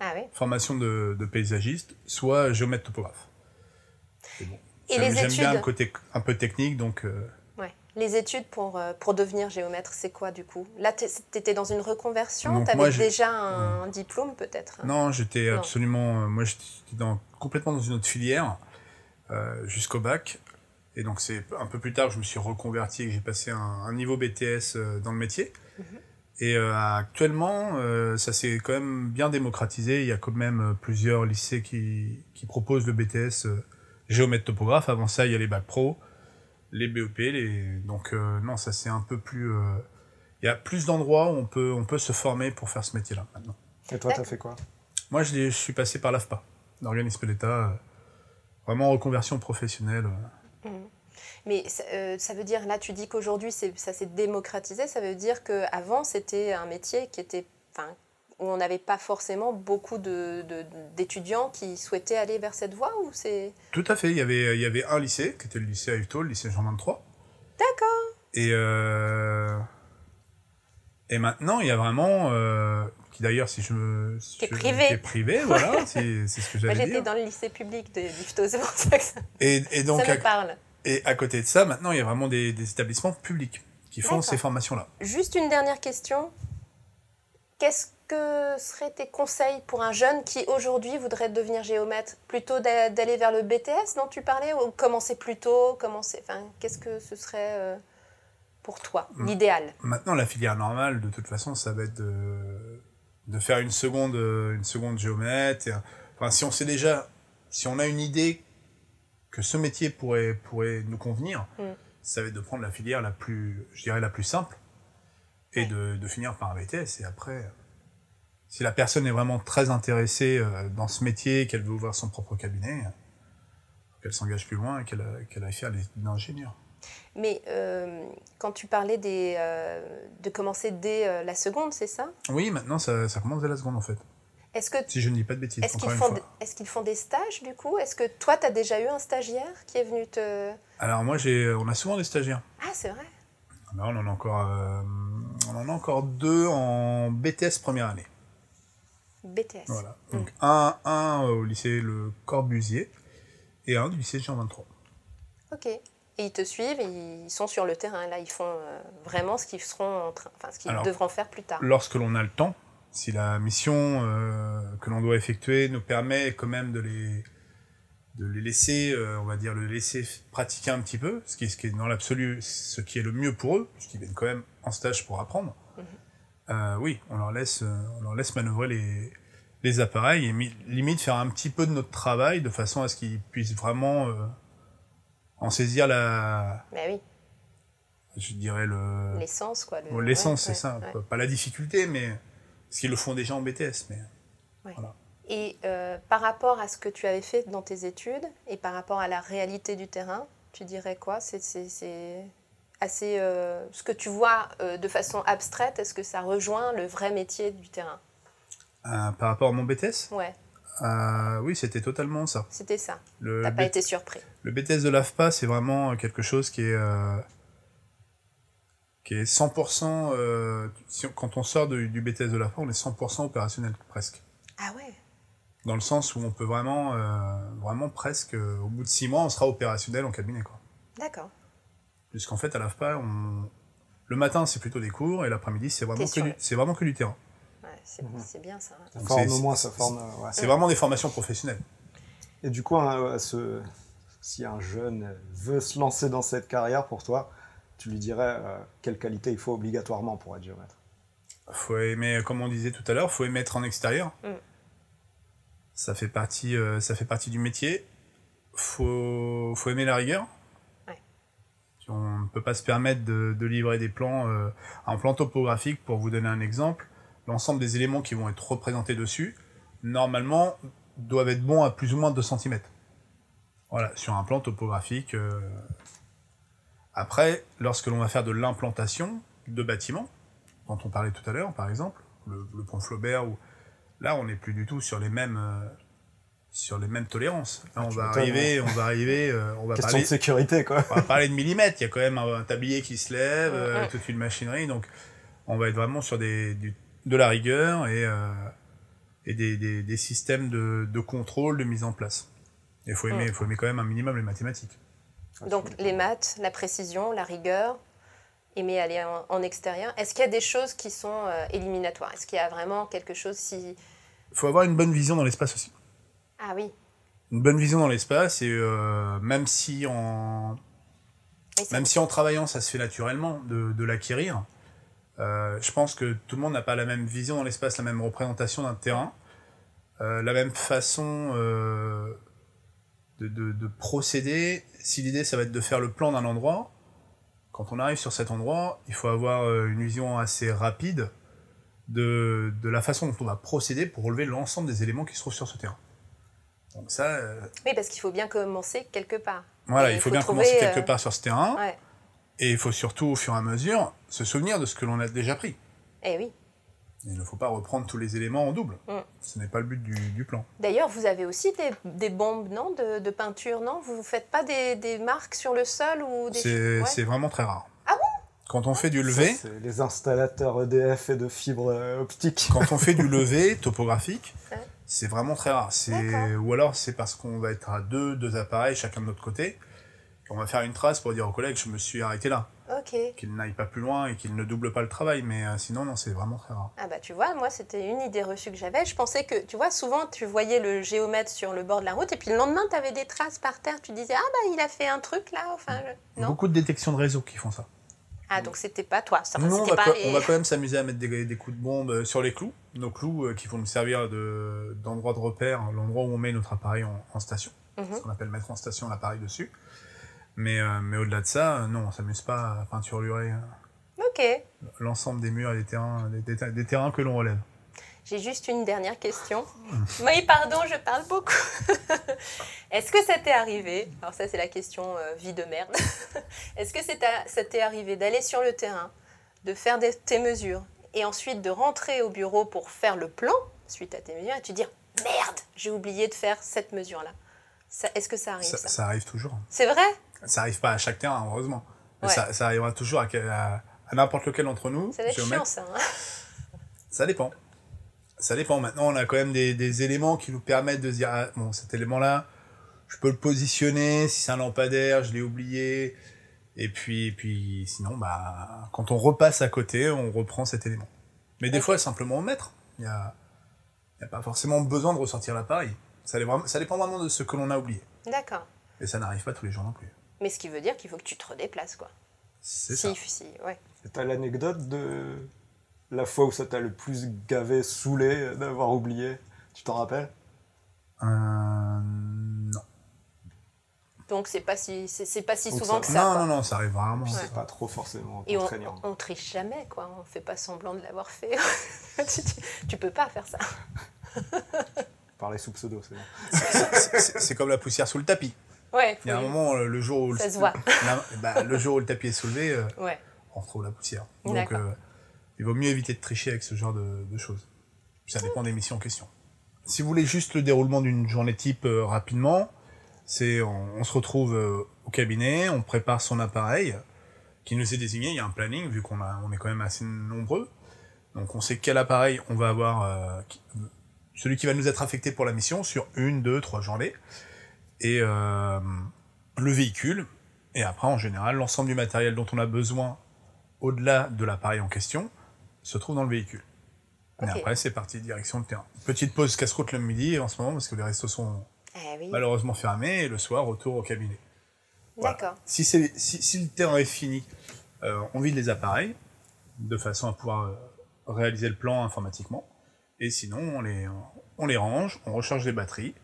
A: Ah oui.
D: formation de, de paysagiste, soit géomètre topographe. Et, bon,
A: Et
D: j'aime-
A: les
D: J'aime bien
A: études
D: le côté un peu technique, donc euh,
A: Ouais. Les études pour, euh, pour devenir géomètre, c'est quoi du coup Là, tu étais dans une reconversion
D: Donc,
A: Tu
D: moi,
A: avais
D: j'ai-
A: déjà un diplôme peut-être
D: non, j'étais
A: Non.
D: absolument, euh, moi j'étais dans- complètement dans une autre filière euh, jusqu'au bac. Et donc c'est un peu plus tard que je me suis reconverti et que j'ai passé un, un niveau BTS euh, dans le métier. Et euh, actuellement, euh, ça s'est quand même bien démocratisé. Il y a quand même euh, plusieurs lycées qui, qui proposent le BTS euh, géomètre topographe. Avant ça, il y a les bacs pro, les BEP. Les... Donc euh, non, ça c'est un peu plus... euh, Il y a plus d'endroits où on peut, on peut se former pour faire ce métier-là maintenant.
B: Et toi, t'as fait quoi
D: Moi, je, l'ai- je suis passé par l'AFPA, l'organisme d'État, euh, vraiment reconversion professionnelle. euh.
A: Mm. Mais ça, euh, ça veut dire, là, tu dis qu'aujourd'hui, c'est- ça s'est démocratisé. Ça veut dire qu'avant, c'était un métier qui était, enfin, où on n'avait pas forcément beaucoup de- de- d'étudiants qui souhaitaient aller vers cette voie ou c'est...
D: Tout à fait, il y avait, il y avait un lycée, qui était le lycée à Yvetot, le lycée Jean 23.
A: D'accord.
D: Et, euh, et maintenant, il y a vraiment... euh, qui d'ailleurs, si je me... si
A: Qui est
D: je-
A: privé.
D: qui est privé, voilà, c'est c'est ce que
A: Moi,
D: j'allais
A: j'étais
D: dire.
A: dans le lycée public de d'Yvetot, c'est pour ça que ça,
D: Et, et donc,
A: ça
D: à,
A: me parle.
D: et à côté de ça, maintenant, il y a vraiment des, des établissements publics qui font
A: D'accord.
D: ces formations-là.
A: Juste une dernière question. Qu'est-ce que seraient tes conseils pour un jeune qui aujourd'hui voudrait devenir géomètre Plutôt d'a- d'aller vers le BTS dont tu parlais ou commencer plus tôt commencer... Enfin, Qu'est-ce que ce serait euh, pour toi
D: Hmm.
A: l'idéal
D: Maintenant, la filière normale, de toute façon, ça va être de, de faire une seconde, euh, une seconde géomètre. et un- enfin, si on sait déjà, si on a une idée que ce métier pourrait, pourrait nous convenir,
A: Mm.
D: ça va être de prendre la filière la plus, je dirais, la plus simple et de, de finir par un BTS. Et après, euh, si la personne est vraiment très intéressée euh, dans ce métier, qu'elle veut ouvrir son propre cabinet, euh, qu'elle s'engage plus loin et qu'elle qu'elle aille faire l'étude d'ingénieur.
A: Mais euh, quand tu parlais des, euh, de commencer dès euh, la seconde, c'est ça
D: Oui, maintenant, ça, ça commence dès la seconde, en fait.
A: Est-ce que
D: Si je ne dis pas de bêtises,
A: Est-ce
D: encore
A: qu'ils
D: une
A: font,
D: fois.
A: est qu'ils font des stages du coup Est-ce que toi, tu as déjà eu un stagiaire qui est venu te...
D: Alors moi, j'ai, on a souvent des stagiaires.
A: Ah, c'est vrai
D: Là, on en a encore, euh, on en a encore deux en BTS première année.
A: BTS.
D: Voilà.
A: Mm.
D: Donc un, un au lycée Le Corbusier et un du lycée Jean 23.
A: Ok. Et ils te suivent, et ils sont sur le terrain. Là, ils font euh, vraiment ce qu'ils seront en train, enfin, ce qu'ils
D: Alors,
A: devront faire plus tard.
D: Lorsque l'on a le temps, si la mission euh, que l'on doit effectuer nous permet quand même de les de les laisser, euh, on va dire, le laisser pratiquer un petit peu, ce qui, est- ce qui est dans l'absolu, ce qui est le mieux pour eux, puisqu'ils viennent quand même en stage pour apprendre.
A: Mhm.
D: Euh, oui, on leur laisse, euh, on leur laisse manœuvrer les, les appareils et mi- limite faire un petit peu de notre travail de façon à ce qu'ils puissent vraiment euh, en saisir la,
A: Mais oui,
D: je dirais le,
A: l'essence, quoi. le-
D: Bon, l'essence,
A: ouais,
D: c'est ça.
A: ouais, ouais.
D: quoi. Pas la difficulté, mais. Parce qu'ils le font déjà en BTS. Mais...
A: Et euh, par rapport à ce que tu avais fait dans tes études et par rapport à la réalité du terrain, tu dirais quoi C'est- C'est c'est assez. euh, ce que tu vois euh, de façon abstraite, est-ce que ça rejoint le vrai métier du terrain
D: Euh, par rapport à mon BTS,
A: Ouais,
D: euh, oui, c'était totalement ça.
A: c'était ça.
D: Le,
A: T'as pas
D: B-
A: été surpris.
D: le BTS de l'AFPA, c'est vraiment quelque chose qui est. euh, qui est 100%. euh, si on- quand on sort du, du BTS de l'AFPA, on est 100% opérationnel, presque.
A: Ah ouais
D: Dans le sens où on peut vraiment, euh, vraiment presque, euh, au bout de six mois, on sera opérationnel en cabinet. Quoi.
A: D'accord.
D: Puisqu'en fait, à l'AFPA, on... le matin, c'est plutôt des cours et l'après-midi, c'est vraiment,
A: T'es
D: que
A: sur
D: du-
A: le-
D: c'est vraiment que du terrain.
A: Ouais, c'est
B: Mhm.
A: c'est bien ça.
B: Ça
D: Donc
B: forme
D: c'est-
B: au moins, ça forme. euh, ouais.
D: C'est vraiment des formations professionnelles.
B: Et du coup, hein, à ce,
C: euh, si un jeune veut se lancer dans cette carrière pour toi, tu lui dirais euh, quelle qualité il faut obligatoirement pour être géomètre
D: Faut aimer, comme on disait tout à l'heure, faut aimer être en extérieur.
A: Mm.
D: Ça fait partie, euh, ça fait partie du métier. Faut, faut aimer la rigueur.
A: Ouais.
D: On ne peut pas se permettre de, de livrer des plans, euh, un plan topographique pour vous donner un exemple. L'ensemble des éléments qui vont être représentés dessus, normalement, doivent être bons à plus ou moins 2 cm. Voilà, sur un plan topographique. euh. Après, lorsque l'on va faire de l'implantation de bâtiments, dont on parlait tout à l'heure, par exemple, le, le pont Flaubert, ou là, on n'est plus du tout sur les mêmes, euh, sur les mêmes tolérances. Là,
C: Ah,
D: on,
C: tu
D: va
C: m'étonnes,
D: arriver, on va arriver, euh,
B: Bah,
D: on va
C: Question
D: parler,
C: de sécurité, quoi.
D: on va parler de millimètres. Il y a quand même un, un tablier qui se lève, euh,
A: Ouais.
D: toute une machinerie. Donc, on va être vraiment sur des, du- de la rigueur et, euh, et des, des- des systèmes de, de contrôle, de mise en place. Il faut aimer, faut aimer quand même un minimum les mathématiques.
A: Donc les maths, la précision, la rigueur, aimer aller en, en extérieur. Est-ce qu'il y a des choses qui sont euh, éliminatoires Est-ce qu'il y a vraiment quelque chose si...
D: Il faut avoir une bonne vision dans l'espace aussi.
A: Ah oui,
D: Une bonne vision dans l'espace et euh, même si en
A: oui, c'est-
D: même si en travaillant ça se fait naturellement de, de l'acquérir, euh, je pense que tout le monde n'a pas la même vision dans l'espace, la même représentation d'un terrain, euh, la même façon euh, de, de- de procéder. Si l'idée ça va être de faire le plan d'un endroit, quand on arrive sur cet endroit, il faut avoir euh, une vision assez rapide de, de la façon dont on va procéder pour relever l'ensemble des éléments qui se trouvent sur ce terrain. Donc ça, euh,
A: oui, parce qu'il faut bien commencer quelque part.
D: voilà,
A: Et
D: il
A: il
D: faut,
A: faut
D: bien
A: trouver,
D: commencer
A: euh,
D: quelque part sur ce terrain.
A: Ouais.
D: Et il faut surtout, au fur et à mesure, se souvenir de ce que l'on a déjà pris.
A: Eh oui.
D: Il ne faut pas reprendre tous les éléments en double.
A: Mm.
D: Ce n'est pas le but du, du plan.
A: D'ailleurs, vous avez aussi des, des bombes, non de, de peinture, non Vous ne faites pas des, des marques sur le sol ou des...
D: C'est
A: Ouais.
D: c'est vraiment très rare.
A: Ah
D: bon Quand on fait du
C: Ça,
D: lever,
C: c'est les installateurs EDF et de fibres euh, optiques.
D: quand on fait du lever topographique,
A: Ouais.
D: c'est vraiment très rare. C'est
A: D'accord.
D: ou alors c'est parce qu'on va être à deux, deux appareils chacun de notre côté. Et on va faire une trace pour dire aux collègues je me suis arrêté là,
A: Ok.
D: qu'ils n'aillent pas plus loin et qu'ils ne doublent pas le travail. Mais euh, sinon non, c'est vraiment très rare.
A: Ah bah tu vois, moi c'était une idée reçue que j'avais. Je pensais que, tu vois, souvent tu voyais le géomètre sur le bord de la route et puis le lendemain tu avais des traces par terre. Tu disais, ah bah il a fait un truc là, enfin... je- Non
D: Beaucoup de détections de réseau qui font ça.
A: Ah donc c'était pas toi, ça
D: Nous, on
A: c'était
D: va,
A: pas
D: quand-
A: les-
D: on va quand même s'amuser à mettre des, des coups de bombe euh, sur les clous. Nos clous euh, qui vont nous servir de- d'endroit de, repère, hein, l'endroit où on met notre appareil en, en station.
A: Mhm.
D: Ce qu'on appelle mettre en station l'appareil dessus. Mais, euh, mais au-delà de ça, euh, non, on s'amuse pas à peinturer hein.
A: Ok,
D: l'ensemble des murs et des terrains, des, des ter- des terrains que l'on relève.
A: j'ai juste une dernière question. oui, pardon, je parle beaucoup. Est-ce que ça t'est arrivé Alors ça c'est la question euh, vie de merde. Est-ce que c'est à- ça t'est arrivé d'aller sur le terrain, de faire des- tes mesures et ensuite de rentrer au bureau pour faire le plan suite à tes mesures et tu dire merde, j'ai oublié de faire cette mesure là. Ça- Est-ce que ça arrive
D: Ça,
A: ça
D: ça arrive toujours. hein.
A: C'est vrai
D: Ça arrive pas à chaque terrain, heureusement. Mais
A: Ouais.
D: ça, ça arrivera toujours à, quel- à- à n'importe lequel d'entre nous.
A: Ça va être
D: géomètre.
A: chiant ça. hein.
D: Ça dépend. Ça dépend. Maintenant, on a quand même des, des éléments qui nous permettent de se dire, ah, bon, cet élément-là, je peux le positionner. Si c'est un lampadaire, je l'ai oublié. Et puis, et puis, sinon, bah, quand on repasse à côté, on reprend cet élément. Mais des
A: Ok.
D: fois, simplement omettre. Il n'y a, il y a pas forcément besoin de ressortir l'appareil. Ça, dé- vraiment- ça dépend vraiment de ce que l'on a oublié.
A: D'accord.
D: Et ça n'arrive pas tous les jours non plus.
A: Mais ce qui veut dire qu'il faut que tu te redéplaces quoi.
D: C'est ça.
A: si, si, ouais.
C: Et T'as l'anecdote de la fois où ça t'a le plus gavé, saoulé euh, d'avoir oublié Tu t'en rappelles
D: Euh, non.
A: Donc c'est pas si c'est c'est pas si
C: Donc
A: souvent
C: ça-
A: que ça.
D: non,
A: quoi.
D: non, non, ça arrive vraiment.
C: Puis
D: ça.
C: C'est pas trop forcément
A: Et on,
C: contraignant.
A: on triche jamais, quoi. On fait pas semblant de l'avoir fait. tu, tu- tu peux pas faire ça.
C: Parler sous pseudo, c'est bon.
D: C'est- c'est- c'est comme la poussière sous le tapis.
A: Ouais,
D: Il y a un
A: faut-
D: moment, euh, le jour où,
A: Ça
D: le,
A: se voit.
D: Non, bah, le, jour où le tapis est soulevé, euh,
A: ouais.
D: on retrouve la poussière. Donc,
A: D'accord.
D: euh, il vaut mieux éviter de tricher avec ce genre de, de choses. Ça dépend des missions en question. Si vous voulez juste le déroulement d'une journée type euh, rapidement, c'est on, on se retrouve euh, au cabinet, on prépare son appareil qui nous est désigné. Il y a un planning vu qu'on a- on est quand même assez nombreux. Donc on sait quel appareil on va avoir, euh, qui- celui qui va nous être affecté pour la mission sur une, deux, trois journées. Et euh, le véhicule. Et après, en général, l'ensemble du matériel dont on a besoin au-delà de l'appareil en question se trouve dans le véhicule. Mais
A: Ok.
D: après, c'est parti, direction le terrain. Petite pause casse-croûte le midi en ce moment parce que les restos sont,
A: Ah oui.
D: malheureusement fermé, et le soir, retour au cabinet. Voilà.
A: D'accord.
D: Si, c'est- si- si le terrain est fini, euh, on vide les appareils de façon à pouvoir euh, réaliser le plan informatiquement. Et sinon, on les, on les range, on recharge les batteries,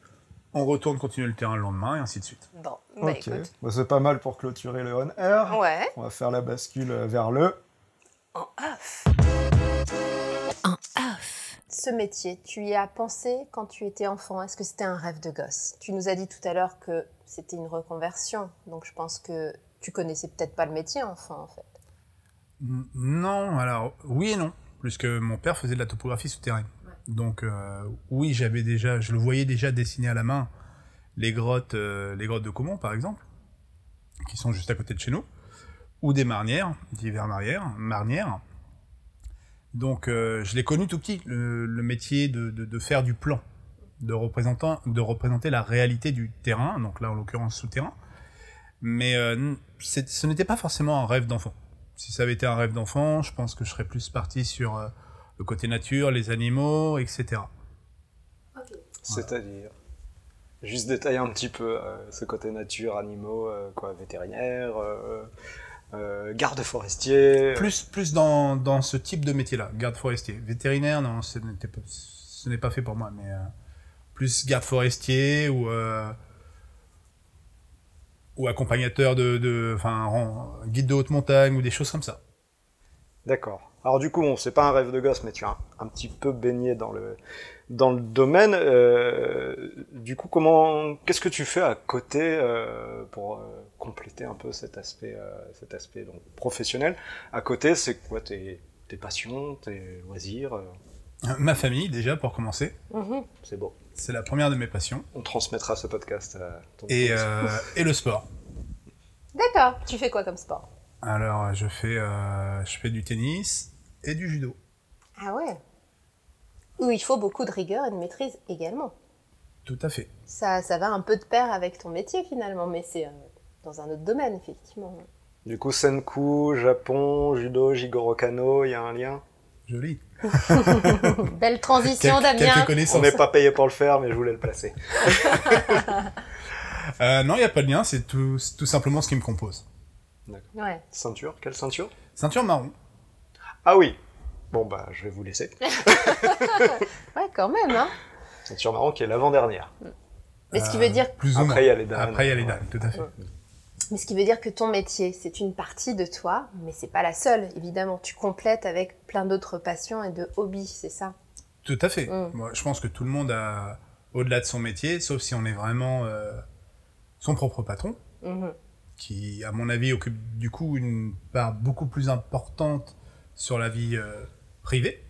D: on retourne continuer le terrain le lendemain, et ainsi de suite.
A: Bon, bah
B: ok.
A: écoute.
B: Bah, c'est pas mal pour clôturer le on air.
A: Ouais.
B: On va faire la bascule euh, vers le.
A: En off. Ce métier, tu y as pensé quand tu étais enfant Est-ce que c'était un rêve de gosse Tu nous as dit tout à l'heure que c'était une reconversion, donc je pense que tu connaissais peut-être pas le métier enfant en fait.
D: N- Non, alors oui et non, puisque mon père faisait de la topographie souterraine. Donc euh, oui, j'avais déjà, je le voyais déjà dessiner à la main les grottes, euh, les grottes de Caumont par exemple, qui sont juste à côté de chez nous, ou des marnières, divers marnières, marnières. Donc euh, je l'ai connu tout petit, le, le métier de, de- de faire du plan, de, représentant, de représenter la réalité du terrain, donc là en l'occurrence souterrain. Mais euh, n- c'est- ce n'était pas forcément un rêve d'enfant si ça avait été un rêve d'enfant, je pense que je serais plus parti sur euh, le côté nature, les animaux, etc.
B: C'est-à-dire. Juste détailler un petit peu euh, ce côté nature, animaux, euh, quoi, vétérinaire, euh, euh, garde forestier.
D: Plus, plus dans, dans ce type de métier-là, garde forestier. Vétérinaire, non, ce n'était pas- ce n'est pas fait pour moi, mais euh, plus garde forestier ou, euh, ou accompagnateur de, de- enfin, ren- guide de haute montagne ou des choses comme ça.
B: D'accord. Alors du coup, bon, c'est pas un rêve de gosse, mais tu as un, un petit peu baigné dans le dans le domaine. Euh, du coup, comment, qu'est-ce que tu fais à côté euh, pour euh, compléter un peu cet aspect, euh, cet aspect donc professionnel À côté, c'est quoi tes, tes passions, tes loisirs euh,
D: Ma famille, déjà, pour commencer,
B: C'est beau.
D: c'est la première de mes passions.
B: On transmettra ce podcast. à ton
D: Et,
B: épouse.
D: euh, et le sport.
A: D'accord. Tu fais quoi comme sport
D: Alors, je fais, euh, je fais du tennis et du judo.
A: Ah ouais. Où il faut beaucoup de rigueur et de maîtrise également.
D: Tout à fait.
A: Ça, ça va un peu de pair avec ton métier finalement, mais c'est euh, dans un autre domaine effectivement.
B: Du coup, Senku, Japon, judo, Jigoro Kano, il y a un lien.
D: Joli.
A: Belle transition
D: Quel-
A: Damien.
D: quelques
B: On
D: connaissances.
B: n'est pas payé pour le faire, mais je voulais le placer.
D: Euh, non, il n'y a pas de lien, c'est tout, c'est tout simplement ce qui me compose.
A: Ouais.
B: Ceinture, quelle ceinture
D: Ceinture marron.
B: Ah oui. Bon bah, je vais vous laisser.
A: Ouais quand même hein.
B: Ceinture marron qui est l'avant-dernière.
A: Mais ce qui
D: Euh,
A: veut dire
D: Plus ou moins.
B: Après, il y a les dames.
D: Après, il y a les dames, tout à fait.
A: Mais ce qui veut dire que ton métier, c'est une partie de toi, mais c'est pas la seule, évidemment. Tu complètes avec plein d'autres passions et de hobbies, c'est ça
D: Tout à fait.
A: Mm.
D: Moi, je pense que tout le monde a, au-delà de son métier, sauf si on est vraiment euh, son propre patron, qui, à mon avis, occupe du coup une part beaucoup plus importante sur la vie euh, privée.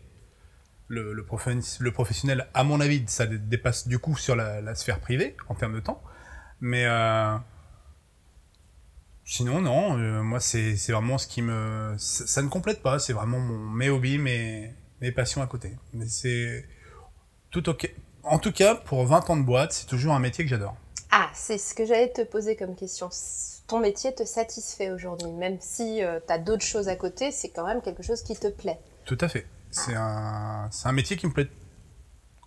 D: Le, le profe- le professionnel, à mon avis, ça dé- dépasse du coup sur la, la sphère privée en termes de temps. Mais euh, sinon, non, euh, moi, c'est c'est vraiment ce qui me. Ça, ça ne complète pas, c'est vraiment mon, mes hobbies, mes, mes passions à côté. Mais c'est. Tout ok. En tout cas, pour 20 ans de boîte, c'est toujours un métier que j'adore.
A: Ah, c'est ce que j'allais te poser comme question. S- Ton métier te satisfait aujourd'hui, même si tu as d'autres choses à côté, c'est quand même quelque chose qui te plaît.
D: Tout à fait. C'est un, c'est un métier qui me plaît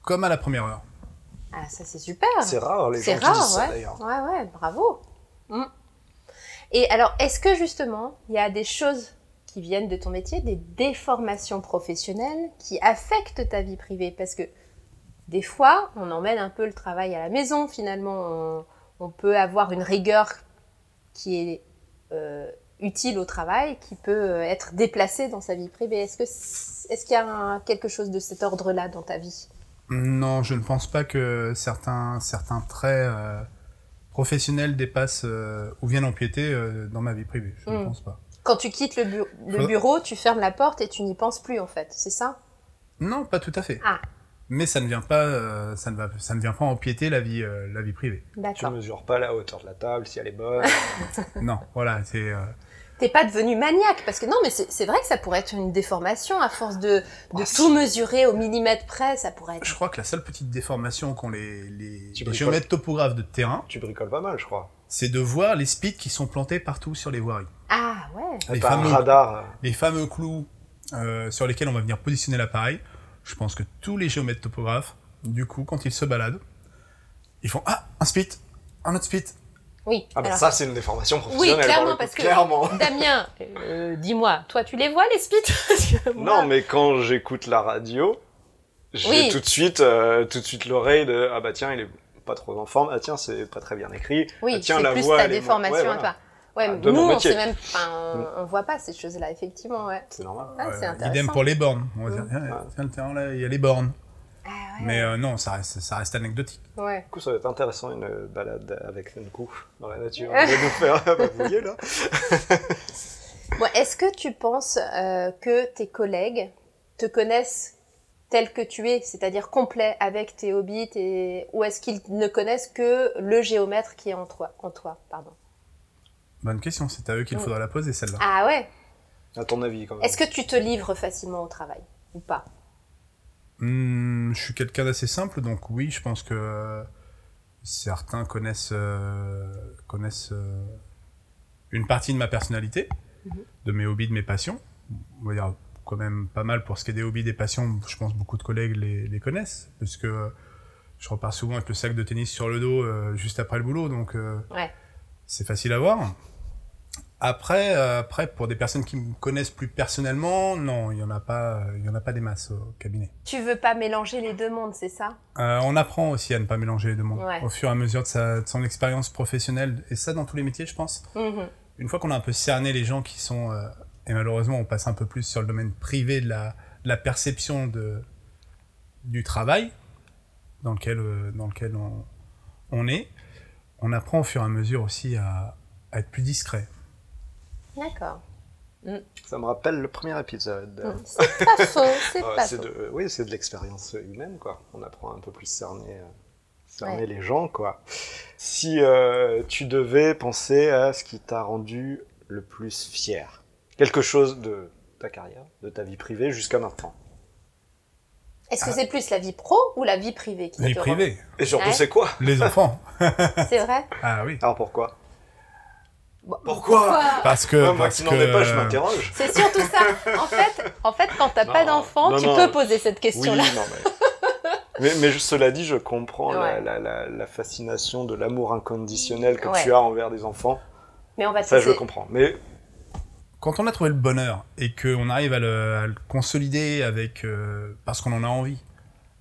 D: comme à la première heure.
A: Ah, ça c'est super
B: C'est rare, les
A: C'est
B: gens qui
A: rare,
B: disent ça d'ailleurs.
A: Ouais, ouais, bravo. Mm. Et alors, est-ce que justement, il y a des choses qui viennent de ton métier, des déformations professionnelles qui affectent ta vie privée Parce que des fois, on emmène un peu le travail à la maison, finalement. On, on peut avoir une rigueur qui est euh, utile au travail, qui peut euh, être déplacée dans sa vie privée. Est-ce que c- est-ce qu'il y a un- quelque chose de cet ordre-là dans ta vie
D: Non, je ne pense pas que certains, certains traits euh, professionnels dépassent euh, ou viennent empiéter euh, dans ma vie privée. Je ne
A: Mm.
D: pense pas.
A: Quand tu quittes le, bu- le
D: Faudra-
B: Hein
A: bureau, tu fermes la porte et tu n'y penses plus en fait, c'est ça
D: Non, pas tout à fait.
A: Ah.
D: Mais ça ne vient pas, euh, ça ne va, ça ne vient pas empiéter la vie, euh, la vie privée.
B: Tu
A: D'accord.
B: mesures pas la hauteur de la table, si elle est bonne.
D: non, voilà, c'est. euh,
A: T'es pas devenu maniaque parce que non, mais c'est c'est vrai que ça pourrait être une déformation à force de,
B: Oh,
A: de
B: si.
A: tout mesurer au millimètre près, ça pourrait
D: je
A: être.
D: crois que la seule petite déformation qu'ont les, les,
B: Tu
D: les
B: bricoles.
D: géomètres topographes de terrain,
B: tu bricoles pas mal, je crois.
D: c'est de voir les spids qui sont plantés partout sur les voiries.
A: Ah ouais.
B: T'as
D: Les
B: pas
D: fameux-
B: un radar. euh,
D: les fameux clous euh, sur lesquels on va venir positionner l'appareil, je pense que tous les géomètres topographes, du coup, quand ils se baladent, ils font Ah, un spit, un autre spit.
A: Oui.
B: Ah bah
A: alors-
B: ça, c'est une déformation
A: oui,
B: professionnelle. pour le
A: clairement,
B: coup,
A: parce que
B: Clairement.
A: Damien, euh, dis-moi, toi, tu les vois les spits Parce que moi-
B: Non, mais quand j'écoute la radio, j'ai
A: Oui.
B: tout de suite, euh, tout de suite l'oreille de ah bah tiens, il est pas trop en forme. Ah tiens, c'est pas très bien écrit. Ah,
A: Oui,
B: tiens,
A: c'est
B: la
A: plus
B: voix,
A: ta
B: elle est mo-
A: déformation
B: Ouais, voilà.
A: à toi. Ouais,
B: Ah,
A: mais
B: de Mm. mon
A: nous, on
B: métier.
A: sait même, enfin, on, on voit pas ces choses-là, effectivement, ouais.
B: C'est normal.
A: Ah, c'est
D: Euh,
A: intéressant.
D: idem pour les bornes. On va dire,
A: Mm.
D: tiens,
B: Ouais.
D: tiens, le terrain, là, il y a les bornes.
A: Ah, ouais,
D: Mais euh, non, ça reste, ça reste anecdotique.
A: ouais.
B: Du coup, ça va être intéressant une euh, balade avec Senku dans la nature. Il va nous faire Ah, bah, vous voyez, là.
A: Bon, est-ce que tu penses euh, que tes collègues te connaissent tel que tu es, c'est-à-dire complet avec tes hobbits, et... ou est-ce qu'ils ne connaissent que le géomètre qui est en toi, en toi pardon.
D: Bonne question, c'est à eux qu'il
A: Mm.
D: faudra la poser celle-là.
A: Ah ouais
B: À ton avis, quand même.
A: Est-ce que tu te livres facilement au travail ou pas
D: Hmm, je suis quelqu'un d'assez simple, donc oui, je pense que euh, certains connaissent, euh, connaissent euh, une partie de ma personnalité,
A: Mhm.
D: de mes hobbies, de mes passions. On va dire quand même pas mal pour ce qui est des hobbies, des passions. Je pense beaucoup de collègues les, les connaissent, puisque euh, je repars souvent avec le sac de tennis sur le dos euh, juste après le boulot, donc euh,
A: Ouais.
D: c'est facile à voir. Après, euh, après, pour des personnes qui me connaissent plus personnellement, non, il n'y en, a pas- il y en a pas des masses au cabinet.
A: Tu veux pas mélanger les deux mondes, c'est ça
D: Euh, on apprend aussi à ne pas mélanger les deux mondes
A: Ouais.
D: au fur et à mesure de, sa- de son expérience professionnelle, et ça dans tous les métiers, je pense.
A: Mhm.
D: Une fois qu'on a un peu cerné les gens qui sont, euh, et malheureusement on passe un peu plus sur le domaine privé de la, de la perception de, du travail dans lequel, euh, dans lequel on, on est, on apprend au fur et à mesure aussi à, à être plus discret.
A: D'accord.
B: Ça me rappelle le premier épisode.
A: Mm. C'est pas faux, c'est
B: Euh,
A: pas
B: c'est
A: faux.
B: de, euh, oui, c'est de l'expérience humaine, quoi. On apprend à un peu plus cerner, euh, cerner
A: Ouais.
B: les gens, quoi. Si euh, tu devais penser à ce qui t'a rendu le plus fier, quelque chose de ta carrière, de ta vie privée jusqu'à maintenant.
A: Est-ce
B: Ah.
A: que c'est plus la vie pro ou la vie privée qui
D: Vie
A: te rend-
D: privée,
B: Et surtout,
A: Ouais.
B: c'est quoi
D: les enfants.
A: C'est vrai
D: Ah oui.
B: Alors pourquoi
A: Bon,
B: Pourquoi
A: pourquoi
D: Parce que.
B: Ouais, Moi
D: parce
B: qui n'en ai
D: que-
B: pas, je m'interroge.
A: C'est surtout ça. En fait, en fait quand t'as
B: Non,
A: pas d'enfant,
B: non,
A: tu
B: non.
A: peux poser cette
B: Oui, non,
A: question-là.
B: mais... Mais, mais je- cela dit, je comprends la-
A: Ouais.
B: la, la- la fascination de l'amour inconditionnel que
A: Ouais.
B: tu as envers des enfants.
A: Mais on va te
B: Ça, je le
A: laisser-
B: comprends. Mais
D: quand on a trouvé le bonheur et qu'on arrive à le, à le consolider avec euh, parce qu'on en a envie,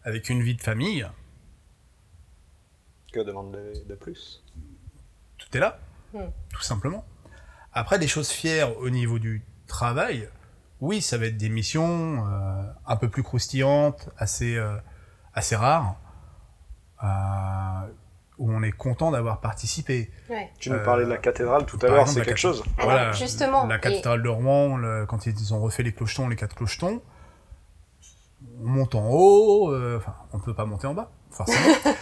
D: avec une vie de famille,
B: que demande de- de plus
D: tout est là,
A: Mm.
D: tout simplement. Après, des choses fières au niveau du travail, oui, ça va être des missions euh, un peu plus croustillantes, assez, euh, assez rares, euh, où on est content d'avoir participé.
A: Ouais.
B: Tu nous
D: Euh,
B: parlais de la cathédrale tout à
D: par
B: l'heure,
D: exemple,
B: c'est
D: la
B: quelque chose.
A: Alors, justement,
D: la
A: et-
D: cathédrale de Rouen, le- quand ils ont refait les clochetons, les quatre clochetons, on monte en haut, euh, enfin, on ne peut pas monter en bas, forcément.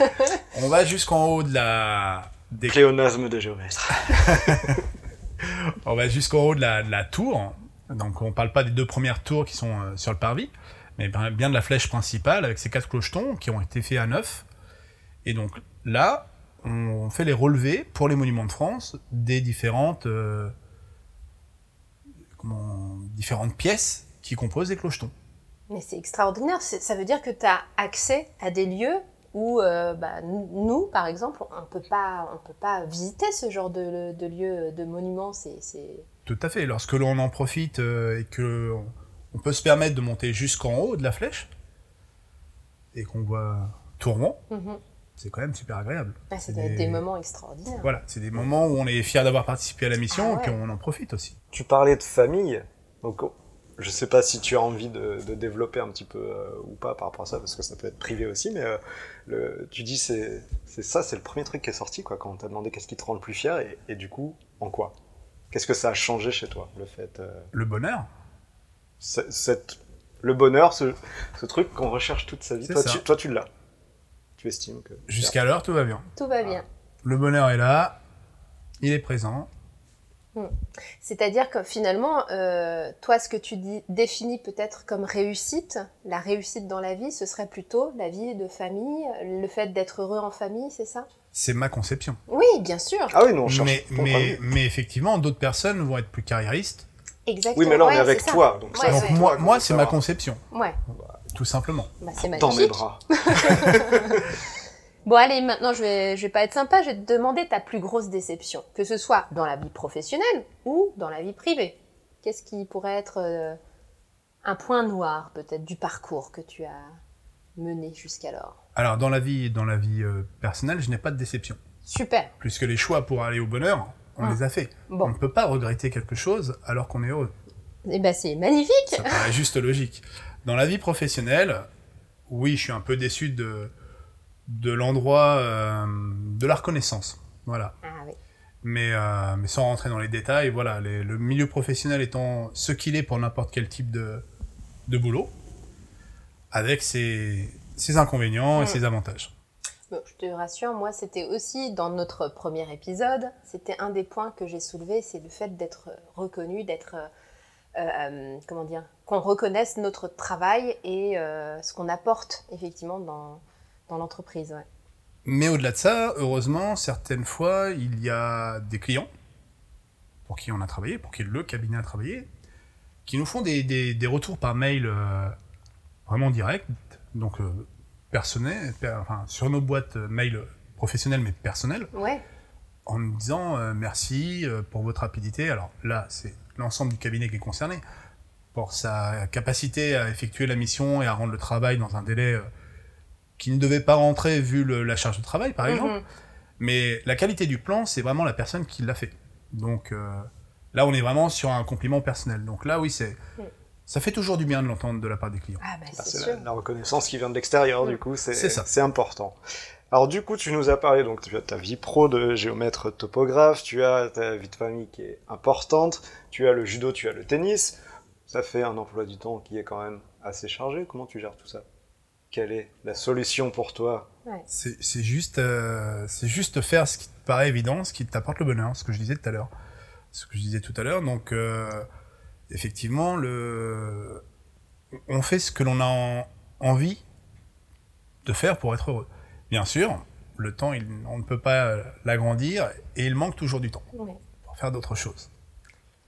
D: on va jusqu'en haut de la, des,
B: Cléonasme de géomètre.
D: on va jusqu'en haut de la, de la tour. Donc, on ne parle pas des deux premières tours qui sont euh, sur le parvis, mais ben- bien de la flèche principale avec ces quatre clochetons qui ont été faits à neuf. Et donc là, on fait les relevés pour les monuments de France des différentes, euh, comment- différentes pièces qui composent les clochetons.
A: Mais c'est extraordinaire. C'est- Ça veut dire que tu as accès à des lieux où euh, bah, nous, nous, par exemple, on peut pas, on peut pas visiter ce genre de, de lieux, de monuments. C'est, c'est-
D: Tout à fait. Lorsque l'on en profite euh, et que on- on peut se permettre de monter jusqu'en haut de la flèche et qu'on voit Tourmont,
A: Mhm.
D: c'est quand même super agréable.
A: Ah, ça
D: C'est
A: doit être
D: des-
A: des moments extraordinaires.
D: Voilà, c'est des moments où on est fier d'avoir participé à la mission
A: Ah
D: et
A: ouais.
D: qu'on en profite aussi.
B: Tu parlais de famille, donc oh, je sais pas si tu as envie de, de développer un petit peu euh, ou pas par rapport à ça, parce que ça peut être privé aussi, mais euh, le- tu dis c'est c'est ça, c'est le premier truc qui est sorti quoi, quand on t'a demandé qu'est-ce qui te rend le plus fier et, et du coup, en quoi Qu'est-ce que ça a changé chez toi, le fait euh,
D: Le bonheur,
B: ce- cette, le bonheur, ce, ce truc qu'on recherche toute sa vie
D: C'est
B: Toi,
D: ça.
B: tu, toi, tu l'as. Tu estimes que.
D: jusqu'à l'heure, tout va bien.
A: Tout va bien.
D: Le bonheur est là, il est présent.
A: C'est-à-dire que finalement, euh, toi, ce que tu dis- définis peut-être comme réussite, la réussite dans la vie, ce serait plutôt la vie de famille, le fait d'être heureux en famille, c'est ça
D: C'est ma conception.
A: Oui, bien sûr.
B: Ah oui, non, on cherche
D: Mais,
B: ton point de
D: mais,
B: vue.
D: mais effectivement, d'autres personnes vont être plus carriéristes.
A: Exactement.
B: Oui, mais là, on
A: Ouais,
B: est avec
A: c'est ça.
B: toi. Donc, ça,
A: Ouais,
D: Donc
B: c'est
A: ouais.
D: moi,
B: toi qu'on
D: moi
B: veut
D: c'est ma
B: savoir.
D: conception,
A: Ouais,
D: tout simplement.
A: bah, c'est
B: Dans mes
A: magnifique.
B: bras.
A: Euh, Bon, allez, maintenant, je vais, je vais pas être sympa, je vais te demander ta plus grosse déception, que ce soit dans la vie professionnelle ou dans la vie privée. Qu'est-ce qui pourrait être euh, un point noir, peut-être, du parcours que tu as mené jusqu'alors
D: Alors, dans la vie, dans la vie euh, personnelle, je n'ai pas de déception.
A: Super.
D: Puisque les choix pour aller au bonheur, on
A: Ah.
D: les a faits.
A: Bon.
D: On ne peut pas regretter quelque chose alors qu'on est heureux.
A: Eh ben, c'est magnifique.
D: Ça paraît juste logique. Dans la vie professionnelle, oui, je suis un peu déçu de, de l'endroit euh, de la reconnaissance. Voilà.
A: Ah oui.
D: Mais, euh, mais sans rentrer dans les détails, voilà, les- le milieu professionnel étant ce qu'il est pour n'importe quel type de, de boulot, avec ses, ses inconvénients
A: Mm.
D: et ses avantages.
A: Bon, je te rassure, moi, c'était aussi dans notre premier épisode, c'était un des points que j'ai soulevé, c'est le fait d'être reconnu, d'être, euh, euh, comment dire, qu'on reconnaisse notre travail et euh, ce qu'on apporte effectivement dans, dans l'entreprise. ouais.
D: Mais au-delà de ça, heureusement, certaines fois, il y a des clients pour qui on a travaillé, pour qui le cabinet a travaillé, qui nous font des, des- des retours par mail euh, vraiment direct, donc euh, personnel, per- enfin, sur nos boîtes euh, mail professionnelles mais personnelles,
A: Ouais.
D: en nous disant euh, merci euh, pour votre rapidité. Alors là, c'est l'ensemble du cabinet qui est concerné pour sa capacité à effectuer la mission et à rendre le travail dans un délai euh, qui ne devait pas rentrer vu le- la charge de travail, par exemple.
A: Mhm.
D: Mais la qualité du plan, c'est vraiment la personne qui l'a fait. Donc euh, là, on est vraiment sur un compliment personnel. Donc là, oui, c'est
A: Oui.
D: ça fait toujours du bien de l'entendre de la part des clients.
A: Ah bah,
B: Bah,
A: c'est
B: c'est la,
A: sûr.
B: la reconnaissance qui vient de l'extérieur, du coup, c'est
D: C'est ça.
B: c'est important. Alors du coup, tu nous as parlé, donc tu as ta vie pro de géomètre topographe, tu as ta vie de famille qui est importante, tu as le judo, tu as le tennis. Ça fait un emploi du temps qui est quand même assez chargé. Comment tu gères tout ça Quelle est la solution pour toi
D: C'est c'est juste, euh, c'est juste faire ce qui te paraît évident, ce qui t'apporte le bonheur, ce que je disais tout à l'heure. Ce que je disais tout à l'heure. Donc, euh, effectivement, le... on fait ce que l'on a en- envie de faire pour être heureux. Bien sûr, le temps, il- on ne peut pas l'agrandir et il manque toujours du temps
A: Ouais.
D: pour faire d'autres choses.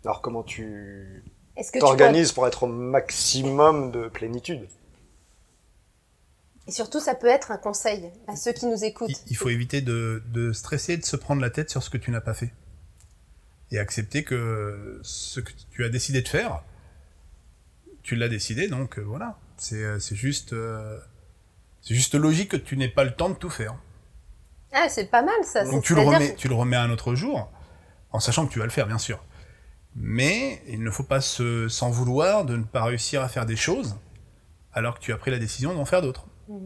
B: Alors comment tu
A: Est-ce que tu pourrais-
B: t'organises pour être au maximum de plénitude
A: Et surtout, ça peut être un conseil à ceux qui nous écoutent.
D: Il, il faut éviter de, de stresser, de se prendre la tête sur ce que tu n'as pas fait. Et accepter que ce que tu as décidé de faire, tu l'as décidé, donc euh, voilà. C'est euh, c'est juste, euh, c'est juste logique que tu n'aies pas le temps de tout faire.
A: Ah, c'est pas mal ça.
D: Donc
A: c'est-
D: tu le,
A: c'est-à-dire
D: remets,
A: que-
D: tu le remets à un autre jour, en sachant que tu vas le faire, bien sûr. Mais il ne faut pas se- s'en vouloir de ne pas réussir à faire des choses alors que tu as pris la décision d'en faire d'autres.
B: Donc,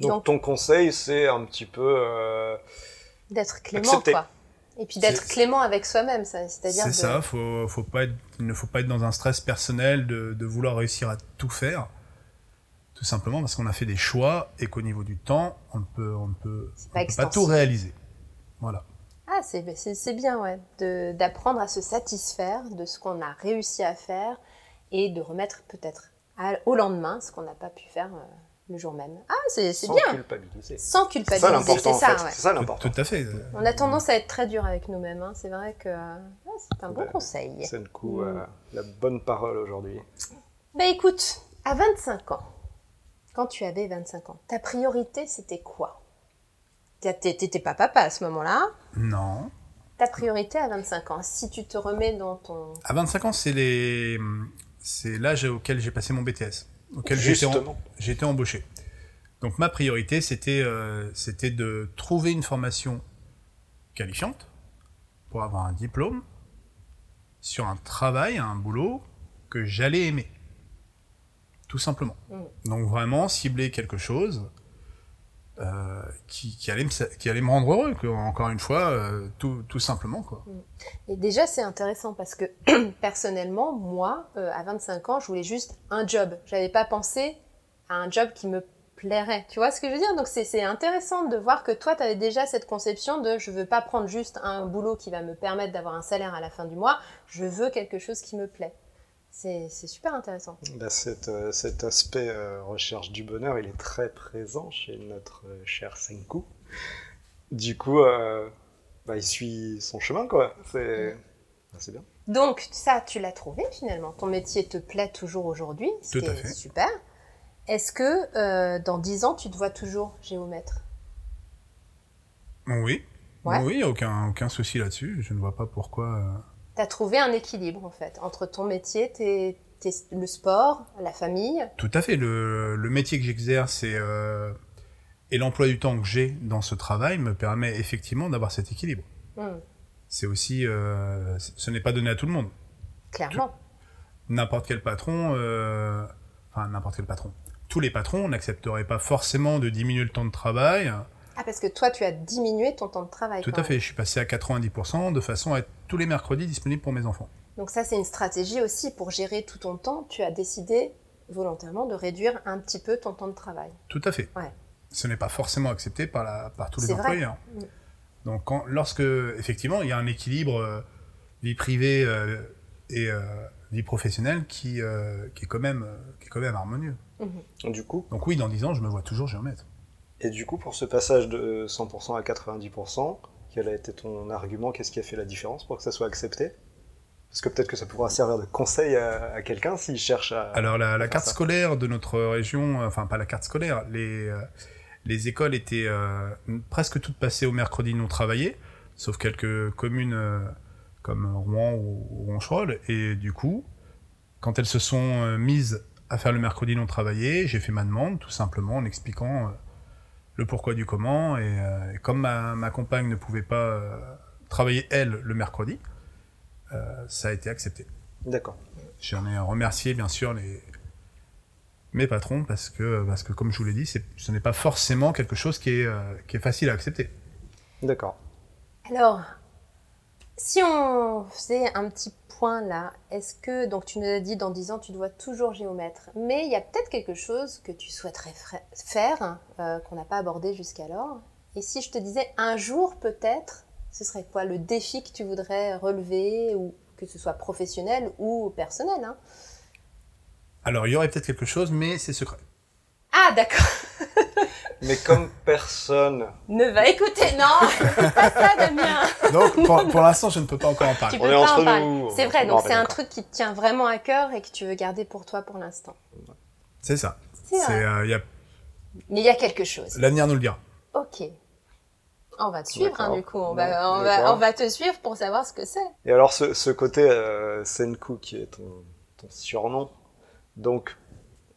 A: Donc-
B: ton conseil, c'est un petit peu... euh,
A: D'être clément,
B: Accepter.
A: quoi. Et puis d'être
D: C'est-
A: clément avec soi-même, ça. C'est-à-dire
D: C'est
A: de-
D: ça, faut, faut pas être- il ne faut pas être dans un stress personnel de, de vouloir réussir à tout faire, tout simplement parce qu'on a fait des choix et qu'au niveau du temps, on ne peut, on ne peut,
A: C'est
D: on
A: pas
D: peut pas
A: extensible.
D: tout réaliser. Voilà.
A: Ah, c'est c'est- c'est bien, ouais, de- d'apprendre à se satisfaire de ce qu'on a réussi à faire et de remettre peut-être à- au lendemain ce qu'on n'a pas pu faire euh, le jour même. Ah, c'est c'est
B: sans
A: bien, sans
B: culpabiliser. C'est ça
A: culpabiliser,
B: l'important,
A: c'est
B: en
A: ça,
B: fait.
A: ouais.
B: C'est ça
D: Tout,
B: l'important.
D: tout à fait.
A: On a tendance à être très dur avec nous-mêmes, hein. c'est vrai que euh, ah, c'est un bon
B: Ben,
A: conseil.
B: C'est le coup,
A: Mm.
B: euh, la bonne parole aujourd'hui.
A: Bah écoute, à 25 ans, quand tu avais 25 ans, ta priorité c'était quoi T'as- t'é- T'étais pas papa à ce moment-là
D: Non.
A: ta priorité à 25 ans, si tu te remets dans ton...
D: À 25 ans, c'est les, c'est l'âge auquel j'ai passé mon BTS, auquel j'étais en-
B: Justement.
D: j'ai été embauché. Donc ma priorité, c'était euh, c'était de trouver une formation qualifiante pour avoir un diplôme sur un travail, un boulot que j'allais aimer. Tout simplement.
A: Mm.
D: Donc vraiment cibler quelque chose euh, qui, qui allait me, sa- qui allait me rendre heureux, que, encore une fois, euh, tout, tout simplement. Quoi.
A: Et déjà, c'est intéressant parce que personnellement, moi, euh, à 25 ans, je voulais juste un job. J'avais pas pensé à un job qui me plairait. Tu vois ce que je veux dire Donc, c'est- c'est intéressant de voir que toi, tu avais déjà cette conception de je veux pas prendre juste un boulot qui va me permettre d'avoir un salaire à la fin du mois. Je veux quelque chose qui me plaît. C'est c'est super intéressant.
B: Bah, cet, euh, cet aspect euh, recherche du bonheur, il est très présent chez notre euh, cher Senku. Du coup, euh, bah, il suit son chemin, quoi. C'est bah, c'est bien.
A: Donc, ça, tu l'as trouvé finalement. Ton métier te plaît toujours aujourd'hui, ce
D: Tout
A: qui
D: à
A: est
D: fait.
A: super. Est-ce que euh, dans 10 ans, tu te vois toujours géomètre
D: Oui.
A: Ouais.
D: Oui, aucun, aucun souci là-dessus. Je ne vois pas pourquoi. euh,
A: Tu as trouvé un équilibre en fait entre ton métier, tes- tes- le sport, la famille.
D: Tout à fait. Le, le métier que j'exerce et, euh, et l'emploi du temps que j'ai dans ce travail me permet effectivement d'avoir cet équilibre.
A: Hmm,
D: C'est aussi. euh, c- ce n'est pas donné à tout le monde.
A: clairement.
D: N'importe quel patron. euh, enfin, n'importe quel patron. Tous les patrons n'accepteraient pas forcément de diminuer le temps de travail.
A: Ah, parce que toi, tu as diminué ton temps de travail.
D: Tout
A: quand
D: à
A: même.
D: fait. Je suis passé à 90% de façon à être tous les mercredis disponible pour mes enfants.
A: Donc ça, c'est une stratégie aussi pour gérer tout ton temps. Tu as décidé volontairement de réduire un petit peu ton temps de travail.
D: Tout à fait.
A: Ouais.
D: Ce n'est pas forcément accepté par, la, par tous les
A: C'est vrai.
D: employeurs.
A: Mm.
D: Donc, quand, lorsque, effectivement, il y a un équilibre euh, vie privée euh, et euh, vie professionnelle qui, euh, qui, est quand même, euh, qui est quand même harmonieux.
B: Du coup,
D: Donc, oui, dans 10 ans, je me vois toujours géomètre.
B: et du coup, pour ce passage de 100% à 90%, quel a été ton argument Qu'est-ce qui a fait la différence pour que ça soit accepté Parce que peut-être que ça pourra servir de conseil à, à quelqu'un s'il cherche à.
D: Alors, la, la
B: Enfin,
D: carte
B: ça.
D: scolaire de notre région, euh, enfin, pas la carte scolaire, les, euh, les écoles étaient euh, presque toutes passées au mercredi non travaillé, sauf quelques communes euh, comme Rouen ou ou Roncherolles. Et du coup, quand elles se sont euh, mises à faire le mercredi non travaillé, j'ai fait ma demande, tout simplement, en expliquant euh, le pourquoi du comment. Et, euh, et comme ma, ma compagne ne pouvait pas euh, travailler, elle, le mercredi, euh, ça a été accepté.
B: D'accord.
D: J'en ai remercié bien sûr les mes patrons parce que parce que comme je vous l'ai dit, c'est- ce n'est pas forcément quelque chose qui est euh, qui est facile à accepter.
B: D'accord.
A: Alors, si on faisait un petit point là, est-ce que, donc tu nous as dit dans 10 ans, tu dois toujours géomètre, mais il y a peut-être quelque chose que tu souhaiterais fra- faire, euh, qu'on n'a pas abordé jusqu'alors. Et si je te disais un jour peut-être, ce serait quoi le défi que tu voudrais relever, ou que ce soit professionnel ou personnel hein
D: Alors il y aurait peut-être quelque chose, mais c'est secret.
A: Ah d'accord
B: Mais comme personne.
A: Ne va écouter, non, c'est pas ça Damien.
D: Donc pour, pour l'instant, je ne peux pas encore en
A: Tu
D: parler.
A: peux
B: Ah, est
A: pas
B: entre
A: en parler.
B: nous.
A: C'est vrai,
B: Bon,
A: donc
B: ben
A: c'est un
B: d'accord.
A: truc qui te tient vraiment à cœur et que tu veux garder pour toi pour l'instant.
D: C'est ça.
A: C'est vrai.
D: C'est, euh, il y a-
A: Mais il y a quelque chose.
D: L'avenir nous le dira.
A: Ok. On va te suivre, hein,
B: D'accord.
A: du coup. On
D: Bah,
B: Ouais,
A: va, on, va,
B: d'accord.
A: on va te suivre pour savoir ce que c'est.
B: Et alors, ce, ce côté euh, Senku, qui est ton, ton surnom, donc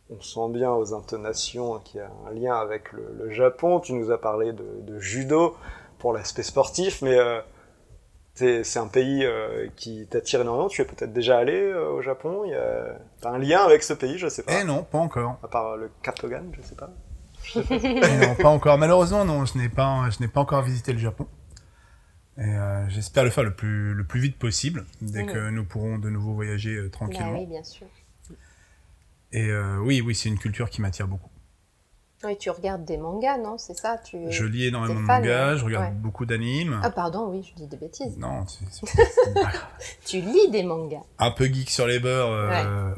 B: on sent bien aux intonations qu'il y a un lien avec le, le Japon. Tu nous as parlé de, de judo pour l'aspect sportif, mais euh, t'es- c'est un pays euh, qui t'attire énormément. Tu es peut-être déjà allé euh, au Japon. Il y a- T'as un lien avec ce pays, je sais pas.
D: Eh non, pas encore.
B: À part euh, le Katogan, je sais pas.
D: Eh non, pas encore. Malheureusement, non, je n'ai pas je n'ai pas encore visité le Japon. Et euh, j'espère le faire le plus le plus vite possible dès que nous pourrons de nouveau voyager euh,
A: Bah
D: tranquillement.
A: oui, bien sûr.
D: Et euh, oui, oui, c'est une culture qui m'attire beaucoup.
A: Oui, tu regardes des mangas, non C'est ça tu...
D: Je lis énormément de
A: fan,
D: mangas,
A: ouais.
D: je regarde
A: Ouais.
D: beaucoup d'animes.
A: Ah, pardon, oui, je dis des bêtises.
D: Non, c'est c'est- c'est pas grave.
A: Tu lis des mangas.
D: Un peu geek sur les beurs, euh,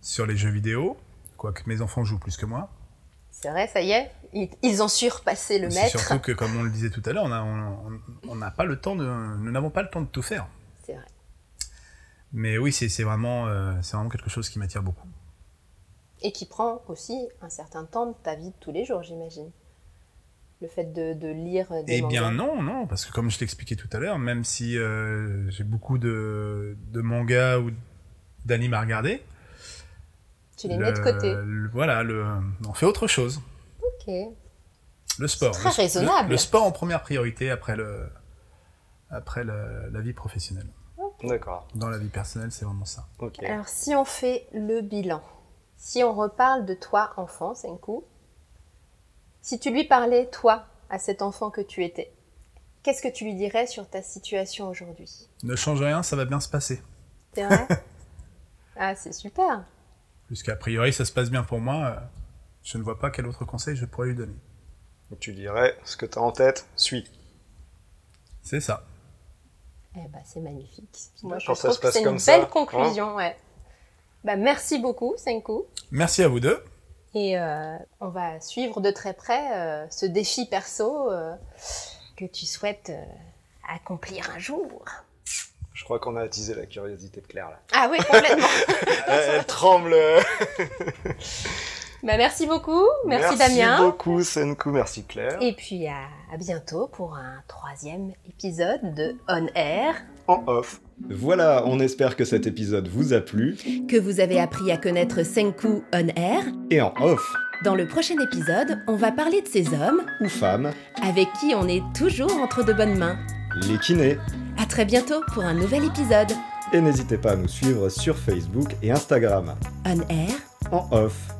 D: sur les jeux vidéo, quoique mes enfants jouent plus que moi.
A: C'est vrai, ça y est Ils, ils ont surpassé le
D: C'est
A: maître.
D: surtout que, comme on le disait tout à l'heure, on a- on- on n'a pas le temps de, nous n'avons pas le temps de tout faire.
A: C'est vrai.
D: Mais oui, c'est c'est vraiment, euh, c'est vraiment quelque chose qui m'attire beaucoup.
A: Et qui prend aussi un certain temps de ta vie de tous les jours, j'imagine. Le fait de, de lire des
D: Eh
A: mangas.
D: bien non, non, parce que comme je t'expliquais tout à l'heure, même si euh, j'ai beaucoup de, de mangas ou d'animes à regarder,
A: Tu les mets de
D: le-
A: côté.
D: le- voilà, le, on fait autre chose.
A: Ok.
D: Le sport.
A: C'est très
D: le,
A: raisonnable.
D: Le, le sport en première priorité après, le, après le- la vie professionnelle.
B: D'accord.
D: Dans la vie personnelle, c'est vraiment ça.
B: Ok.
A: Alors, si on fait le bilan, si on reparle de toi, enfant, Senku, si tu lui parlais, toi, à cet enfant que tu étais, qu'est-ce que tu lui dirais sur ta situation aujourd'hui
D: Ne change rien, ça va bien se passer.
A: C'est vrai Ah, c'est super
D: Puisqu'a priori, ça se passe bien pour moi. euh, Je ne vois pas quel autre conseil je pourrais lui donner.
B: Tu dirais ce que t'as en tête, suis.
D: C'est ça.
A: Eh ben, c'est magnifique. Moi, je
B: Quand ça
A: trouve
B: se
A: que
B: passe
A: c'est une
B: comme
A: belle
B: ça, hein.
A: conclusion, ouais. Bah, merci beaucoup, Senku.
D: Merci à vous deux.
A: Et euh, on va suivre de très près euh, ce défi perso euh, que tu souhaites euh, accomplir un jour.
B: Je crois qu'on a attisé la curiosité de Claire là.
A: Ah oui, complètement
B: elle, elle tremble.
A: Bah, merci beaucoup. Merci,
B: merci
A: Damien.
B: beaucoup, Senku. Merci, Claire.
A: Et puis à, à bientôt pour un troisième épisode de On Air.
B: En off.
C: Voilà, on espère que cet épisode vous a plu.
A: Que vous avez appris à connaître Senku On Air.
C: Et en off,
A: Dans le prochain épisode, on va parler de ces hommes
C: ou femmes,
A: avec qui on est toujours entre de bonnes mains.
C: les kinés.
A: À très bientôt pour un nouvel épisode.
C: Et n'hésitez pas à nous suivre sur Facebook et Instagram.
A: On Air,
C: En off.